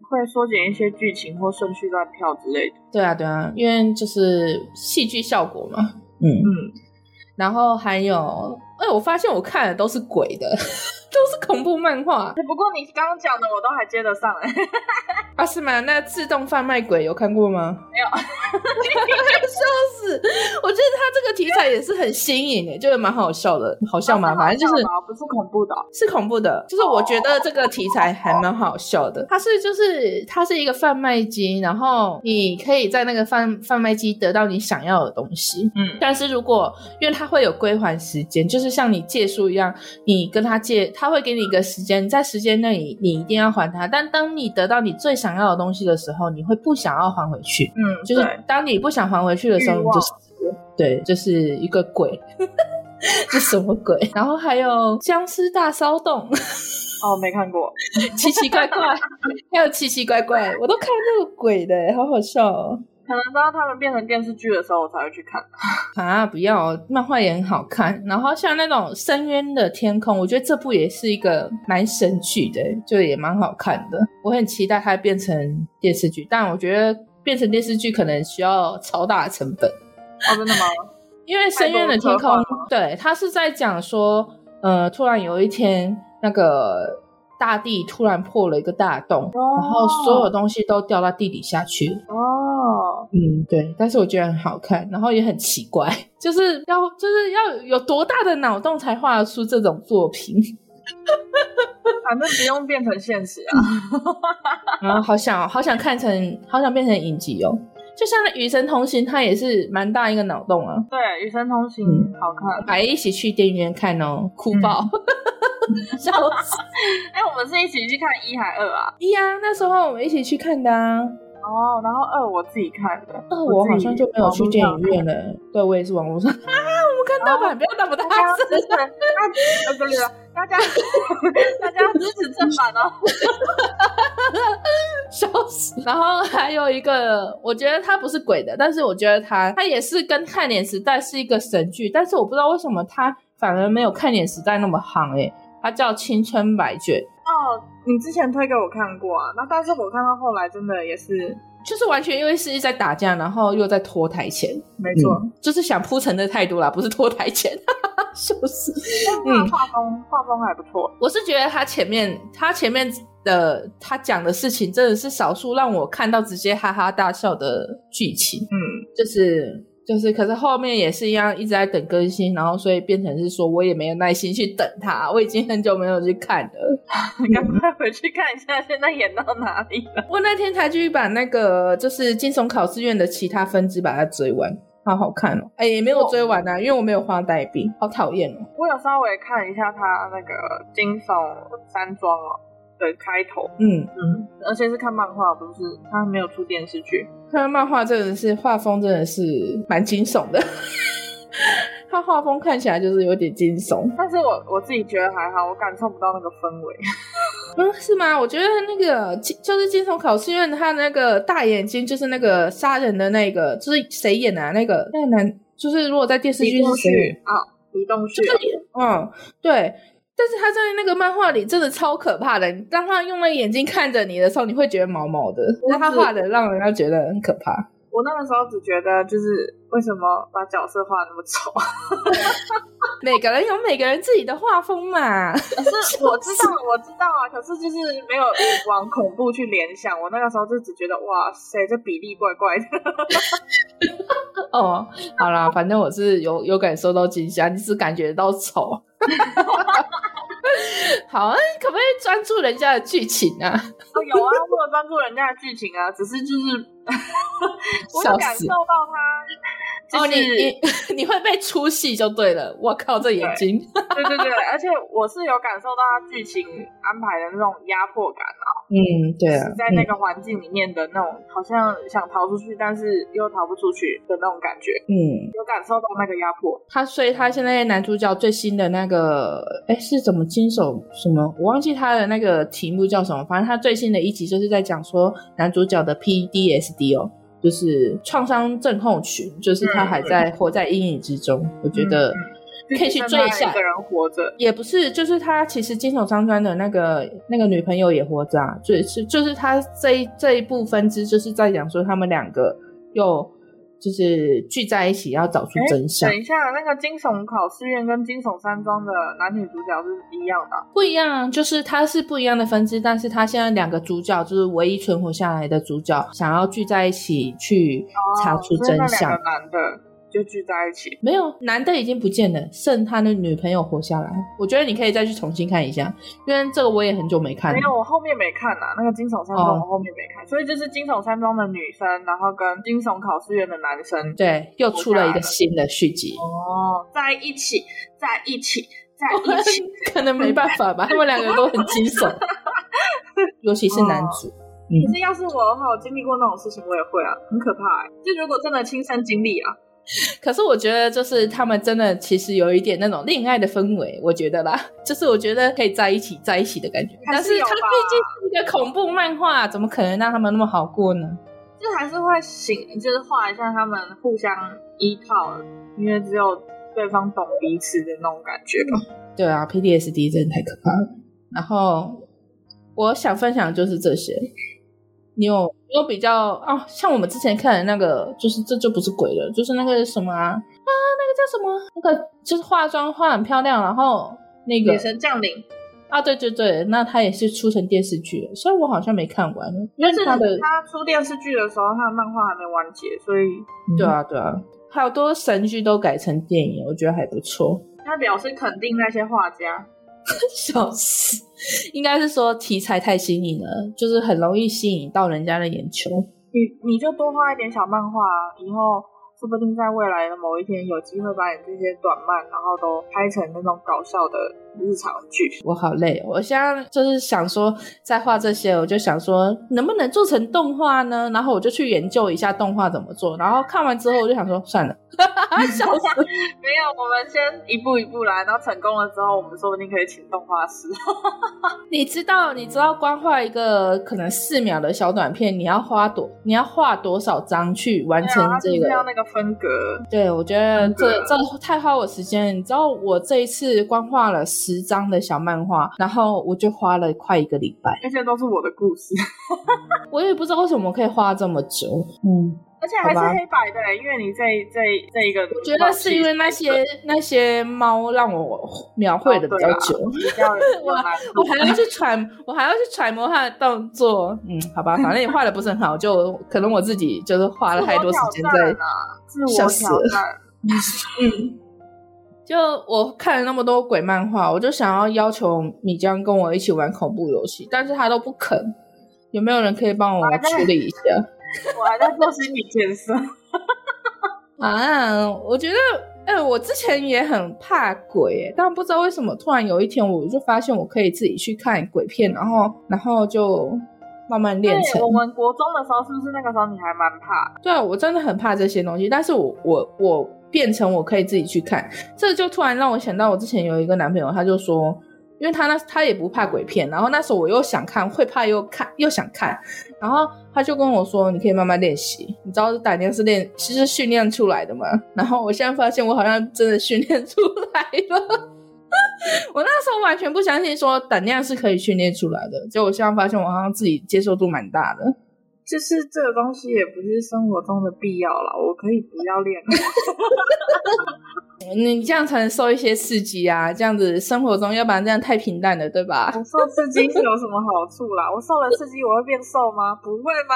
[SPEAKER 2] 会缩减一些剧情或顺序乱跳之类的。
[SPEAKER 3] 对啊，对啊，因为就是戏剧效果嘛。嗯，
[SPEAKER 2] 嗯，
[SPEAKER 3] 然后还有，哎、我发现我看的都是鬼的， 都是恐怖漫画
[SPEAKER 2] 哎不过你刚刚讲的我都还接得上哎、
[SPEAKER 3] 啊？是吗？那自动贩卖鬼有看过吗？
[SPEAKER 2] 没有，
[SPEAKER 3] 笑死！我觉得他这个题材也是很新颖诶，就是蛮好笑的，好笑
[SPEAKER 2] 哦
[SPEAKER 3] 吗？反正就是
[SPEAKER 2] 好吧不是恐怖的哦、
[SPEAKER 3] 是恐怖的，就是我觉得这个题材还蛮好笑的。哦它是就是它是一个贩卖机，然后你可以在那个贩贩卖机得到你想要的东西。
[SPEAKER 2] 嗯，
[SPEAKER 3] 但是如果因为它会有归还时间，就是像你借书一样，你跟他借，他会给你一个时间，在时间内你你一定要还他。但当你得到你最想要的东西的时候，你会不想要还回去。
[SPEAKER 2] 嗯，
[SPEAKER 3] 就是
[SPEAKER 2] 对
[SPEAKER 3] 当你不想还回去的时候，
[SPEAKER 2] 欲
[SPEAKER 3] 你
[SPEAKER 2] 望
[SPEAKER 3] 就死了对，就是一个鬼， 这什么 鬼？然后还有僵尸大骚动，
[SPEAKER 2] 哦，没看过。
[SPEAKER 3] 奇奇 怪怪，还有奇奇怪怪，我都看那个鬼的，好好笑哦！
[SPEAKER 2] 可能当他们变成电视剧的时候，我才会去 看。
[SPEAKER 3] 啊，不要哦，漫画也很好看。然后像那种深渊的天空，我觉得这部也是一个蛮神剧的，就也蛮好看的。我很期待它变成电视剧，但我觉得变成电视剧可能需要超大的成本。
[SPEAKER 2] 哦，真的吗？
[SPEAKER 3] 因为《深渊的天
[SPEAKER 2] 太
[SPEAKER 3] 空
[SPEAKER 2] 多科幻》
[SPEAKER 3] 对，他是在讲说，呃，突然有一天，那个大地突然破了一个大洞，
[SPEAKER 2] 哦
[SPEAKER 3] 然后所有东西都掉到地底下去。
[SPEAKER 2] 哦，
[SPEAKER 3] 嗯，对。但是我觉得很好看，然后也很奇怪，就是要就是要有多大的脑洞才画得出这种作品。
[SPEAKER 2] 反正不用变成现实啊。
[SPEAKER 3] 然后好想好想看成，好想变成影集哦。就像那《与神同行》，它也是蛮大一个脑洞啊，
[SPEAKER 2] 对，《与神同行》
[SPEAKER 3] 嗯
[SPEAKER 2] 好看。
[SPEAKER 3] 还一起去电影院看哦，哭爆，
[SPEAKER 2] 嗯
[SPEAKER 3] 笑死！
[SPEAKER 2] 哎、我们是一起去看一还二啊？
[SPEAKER 3] 一啊，那时候我们一起去看的啊。
[SPEAKER 2] 哦，然后二我自己看的。
[SPEAKER 3] 二我好像就没有去电影院
[SPEAKER 2] 了。
[SPEAKER 3] 了。对，哦我也是网络 上。啊，哦啊我们看盗版，不要那么大
[SPEAKER 2] 大家
[SPEAKER 3] 声
[SPEAKER 2] 支。持，大呃不是，大家 大家支持正版哦。
[SPEAKER 3] 笑死！然后还有一个，我觉得它不是鬼的，但是我觉得它它也是跟《看脸时代》是一个神剧，但是我不知道为什么它反而没有《看脸时代》那么夯诶、它叫《青春白卷》，
[SPEAKER 2] 哦，你之前推给我看过啊，那但是我看到后来真的也是
[SPEAKER 3] 就是完全因为是在打架，然后又在拖台前，
[SPEAKER 2] 没错，
[SPEAKER 3] 就是想铺陈的态度啦，不是拖台前， 笑死！
[SPEAKER 2] 但是画风画风还不错。
[SPEAKER 3] 我是觉得他前面他前面的他讲的事情真的是少数让我看到直接哈哈大笑的剧情，
[SPEAKER 2] 嗯，
[SPEAKER 3] 就是就是，可是后面也是一样一直在等更新，然后所以变成是说我也没有耐心去等他，我已经很久没有去看了。
[SPEAKER 2] 嗯 赶快回去看一下现在演到哪里了。
[SPEAKER 3] 我那天才去把那个就是金松考试院的其他分支把它追完。好好看哦！哎、也没有追完啊，因为我没有花代币，好讨厌哦。
[SPEAKER 2] 我有稍微看一下他那个惊悚山庄哦的开头，
[SPEAKER 3] 嗯，
[SPEAKER 2] 嗯，而且是看漫画，不是他没有出电视剧。
[SPEAKER 3] 看漫画真的是画风真的是蛮惊悚的， 他画风看起来就是有点惊悚，
[SPEAKER 2] 但是我我自己觉得还好，我感受不到那个氛 围。
[SPEAKER 3] 嗯，是吗？我觉得那个金就是金童考试院他那个大眼睛，就是那个杀人的那个，就是谁演的、啊？那个那个男，就是如果在电视剧
[SPEAKER 2] 李
[SPEAKER 3] 是
[SPEAKER 2] 栋
[SPEAKER 3] 谁演？
[SPEAKER 2] 旭啊，李栋旭
[SPEAKER 3] 就是嗯，对。但是他在那个漫画里真的超可怕的，你当他用那眼睛看着你的时候，你会觉得毛毛的，
[SPEAKER 2] 我
[SPEAKER 3] 那他
[SPEAKER 2] 只
[SPEAKER 3] 画的让人家觉得很可怕。
[SPEAKER 2] 我那个时候只觉得，就是为什么把角色画得那么丑？
[SPEAKER 3] 每个人有每个人自己的画风嘛。
[SPEAKER 2] 可是我知道，我知道啊，可是就是没有往恐怖去联想。我那个时候就只觉得，哇塞，这比例怪怪的。
[SPEAKER 3] 哦，好啦，反正我是有有感受到惊吓，你只感觉到丑。 好，啊，可不可以专注人家的剧情啊？
[SPEAKER 2] 哦有啊，我有专注人家的剧情啊，只是就是 我有
[SPEAKER 3] 笑
[SPEAKER 2] 感
[SPEAKER 3] 死
[SPEAKER 2] 受到他，就是、
[SPEAKER 3] 哦，你你 你会被出戏就对了。我靠，这眼睛，
[SPEAKER 2] 对对对，而且我是有感受到他剧情安排的那种压迫感啊，
[SPEAKER 3] 嗯，对啊
[SPEAKER 2] 死，在那个环境里面的那种，好像想逃出去，但是又逃不出去的那种感觉，
[SPEAKER 3] 嗯，嗯
[SPEAKER 2] 有感受到那个压迫。
[SPEAKER 3] 他所以他现在男主角最新的那个，哎，是怎么金手什么？我忘记他的那个题目叫什么，反正他最新的一集就是在讲说男主角的 PDSD 哦。就是创伤症候群，就是他还在活在阴影之中。我觉得
[SPEAKER 2] 嗯
[SPEAKER 3] 可以去追一下
[SPEAKER 2] 一个人活着，
[SPEAKER 3] 也不是，就是他其实金手张专的那个那个女朋友也活着啊，就是就是他这一这一部分支就是在讲说他们两个又就是聚在一起要找出真相
[SPEAKER 2] 等，一下，那个惊悚考试院跟惊悚山庄的男女主角是一样的啊、
[SPEAKER 3] 不一样啊，就是他是不一样的分支，但是他现在两个主角就是唯一存活下来的主角，想要聚在一起去查出
[SPEAKER 2] 哦所以
[SPEAKER 3] 真
[SPEAKER 2] 那
[SPEAKER 3] 相。
[SPEAKER 2] 两个男的就聚在一起。
[SPEAKER 3] 没有，男的已经不见了，剩他的女朋友活下来。我觉得你可以再去重新看一下，因为这个我也很久没看了
[SPEAKER 2] 没。有，我后面没看呐、那个惊悚山庄
[SPEAKER 3] 哦
[SPEAKER 2] 我后面没看，所以就是惊悚山庄的女生，然后跟惊悚考试院的男生，
[SPEAKER 3] 对，又出了
[SPEAKER 2] 活下
[SPEAKER 3] 一
[SPEAKER 2] 来
[SPEAKER 3] 个
[SPEAKER 2] 了
[SPEAKER 3] 新的续集。
[SPEAKER 2] 哦，在一起，在一起，在一起，
[SPEAKER 3] 可能没办法吧，他们两个都很惊 悚，尤其是男主。
[SPEAKER 2] 可
[SPEAKER 3] 嗯
[SPEAKER 2] 是要是我的话，我经历过那种事情，我也会啊，很可怕、欸。就如果真的亲身经历啊，
[SPEAKER 3] 可是我觉得，就是他们真的其实有一点那种恋爱的氛围，我觉得啦， 就是我觉得可以在一起在一起的感觉。
[SPEAKER 2] 还
[SPEAKER 3] 但
[SPEAKER 2] 是
[SPEAKER 3] 是
[SPEAKER 2] 有
[SPEAKER 3] 它
[SPEAKER 2] 吧
[SPEAKER 3] 毕竟是一个恐怖漫画，怎么可能让他们那么好过呢？
[SPEAKER 2] 就还是会醒，就是画一下他们互相依靠，因为只有对方懂彼此的那种感觉吧。
[SPEAKER 3] 对啊，PDSD 真的太可怕了。然后我想分享的就是这些。你有你有比较哦，像我们之前看的那个，就是这就不是鬼了，就是那个什么啊啊，那个叫什么？那个就是化妆化很漂亮，然后那个
[SPEAKER 2] 女神降临，
[SPEAKER 3] 啊，对对对，那它也是出成电视剧了，虽然我好像没看完，因
[SPEAKER 2] 但
[SPEAKER 3] 为
[SPEAKER 2] 是
[SPEAKER 3] 它的
[SPEAKER 2] 他出电视剧的时候，他的漫画还没完结，所以
[SPEAKER 3] 对啊对啊，好多神剧都改成电影，我觉得还不错。
[SPEAKER 2] 他表示肯定那些画家。
[SPEAKER 3] 笑死，应该是说题材太新颖了，就是很容易吸引到人家的眼球。
[SPEAKER 2] 你你就多画一点小漫画、啊，以后说不定在未来的某一天有机会把你这些短漫，然后都拍成那种搞笑的日常剧。
[SPEAKER 3] 我好累哦，我现在就是想说，在画这些，我就想说能不能做成动画呢？然后我就去研究一下动画怎么做，然后看完之后我就想说，算了，笑死。
[SPEAKER 2] 没有，我们先一步一步来，然后成功了之后，我们说不定可以请动画 师。
[SPEAKER 3] 你知道，你知道，光画一个可能四秒的小短片，你要花多，你要画多少张去完成
[SPEAKER 2] 啊他
[SPEAKER 3] 这
[SPEAKER 2] 就是要
[SPEAKER 3] 个？
[SPEAKER 2] 那个分隔，
[SPEAKER 3] 对，我觉得这
[SPEAKER 2] 对
[SPEAKER 3] 这太花我时间了。你知道，我这一次光画了十张的小漫画，然后我就花了快一个礼拜。
[SPEAKER 2] 那些都是我的故事，
[SPEAKER 3] 我也不知道为什么可以画这么久。嗯，
[SPEAKER 2] 而且还是
[SPEAKER 3] 好吧
[SPEAKER 2] 黑白的、因为你这这这一个，
[SPEAKER 3] 我觉得是因为那些 那些猫让我描绘的比较久，
[SPEAKER 2] 比较有
[SPEAKER 3] 我
[SPEAKER 2] 难
[SPEAKER 3] 我
[SPEAKER 2] 度。
[SPEAKER 3] 还要去揣，我还要去揣摩它的动作。嗯，好吧，反正也画的不是很好，就可能我自己就是花了太多时间
[SPEAKER 2] 自我挑
[SPEAKER 3] 在
[SPEAKER 2] 战。啊，自
[SPEAKER 3] 笑
[SPEAKER 2] 我
[SPEAKER 3] 死
[SPEAKER 2] 挑战。
[SPEAKER 3] 就我看了那么多鬼漫画，我就想要要求米江跟我一起玩恐怖游戏，但是他都不肯。有没有人可以帮我
[SPEAKER 2] 啊那
[SPEAKER 3] 处 理一下
[SPEAKER 2] 我还在做心理建设，
[SPEAKER 3] 啊？我觉得，哎、我之前也很怕鬼、哎，但不知道为什么，突然有一天我就发现我可以自己去看鬼片，然后，然后就慢慢练成
[SPEAKER 2] 对，。我们国中的时候，是不是那个时候你还蛮怕？
[SPEAKER 3] 对啊，我真的很怕这些东西，但是我我我变成我可以自己去看，这就突然让我想到我之前有一个男朋友，他就说，因为他那他也不怕鬼片，然后那时候我又想看，会怕又看又想看，然后他就跟我说，你可以慢慢练习，你知道胆量是练是训练出来的嘛，然后我现在发现我好像真的训练出来了。 我那时候完全不相信说胆量是可以训练出来的，结果我现在发现我好像自己接受度蛮大的。
[SPEAKER 2] 就是这个东西也不是生活中的必要了，我可以不要练了。
[SPEAKER 3] 你这样才能受一些刺激啊！这样子生活中，要不然这样太平淡了，对吧？
[SPEAKER 2] 我受刺激是有什么好处啦？我受了刺激，我会变瘦吗？不会吗？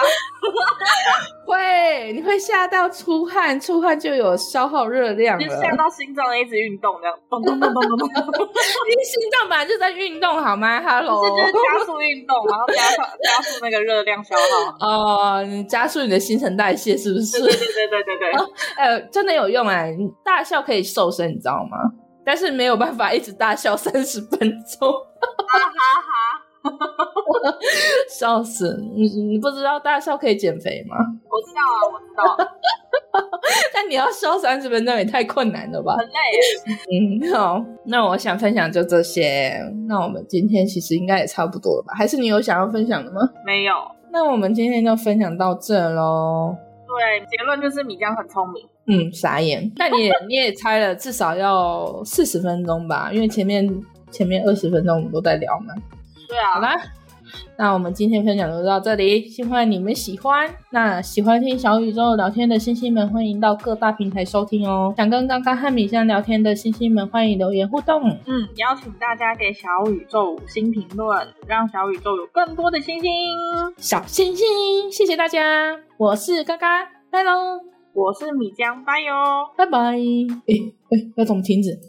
[SPEAKER 3] 会，你会吓到出汗，出汗就有消耗热 量了。
[SPEAKER 2] 就吓到心脏一直运动，这样咚咚咚咚咚咚，
[SPEAKER 3] 你心脏本来就在运动，好吗？Hello，
[SPEAKER 2] 这 就是加速运动，然后加上加速那个热量消耗。
[SPEAKER 3] 哦，你加速你的新陈代谢是 不
[SPEAKER 2] 对对 对
[SPEAKER 3] 是？
[SPEAKER 2] 对对对对，
[SPEAKER 3] 呃，真的有用哎、你大笑可以瘦身，你知 道吗？但是没有办法一直大笑三十分钟。
[SPEAKER 2] 哈哈。
[SPEAKER 3] 笑死你！你不知道大笑可以减肥吗？
[SPEAKER 2] 我知道啊，我知道，
[SPEAKER 3] 但你要瘦三十分钟也太困难了吧？
[SPEAKER 2] 很累耶。
[SPEAKER 3] 嗯，好，那我想分享就这些。那我们今天其实应该也差不多了吧？还是你有想要分享的吗？
[SPEAKER 2] 没有，
[SPEAKER 3] 那我们今天就分享到这喽。
[SPEAKER 2] 对，结论就是米江很聪明。
[SPEAKER 3] 嗯，傻眼。那你也你也猜了，至少要四十分钟吧？因为前面前面二十分钟我们都在聊嘛。
[SPEAKER 2] 对啊，
[SPEAKER 3] 好啦，那我们今天分享就到这里，希望你们喜欢。那喜欢听小宇宙聊天的星星们，欢迎到各大平台收听哦。想跟刚刚和米香聊天的星星们，欢迎留言互动。
[SPEAKER 2] 嗯，邀请大家给小宇宙五星评论，让小宇宙有更多的星星。
[SPEAKER 3] 小星星，谢谢大家，我是嘎嘎，拜喽，
[SPEAKER 2] 我是米江，拜哟。
[SPEAKER 3] 拜拜。诶、诶、要怎么停止？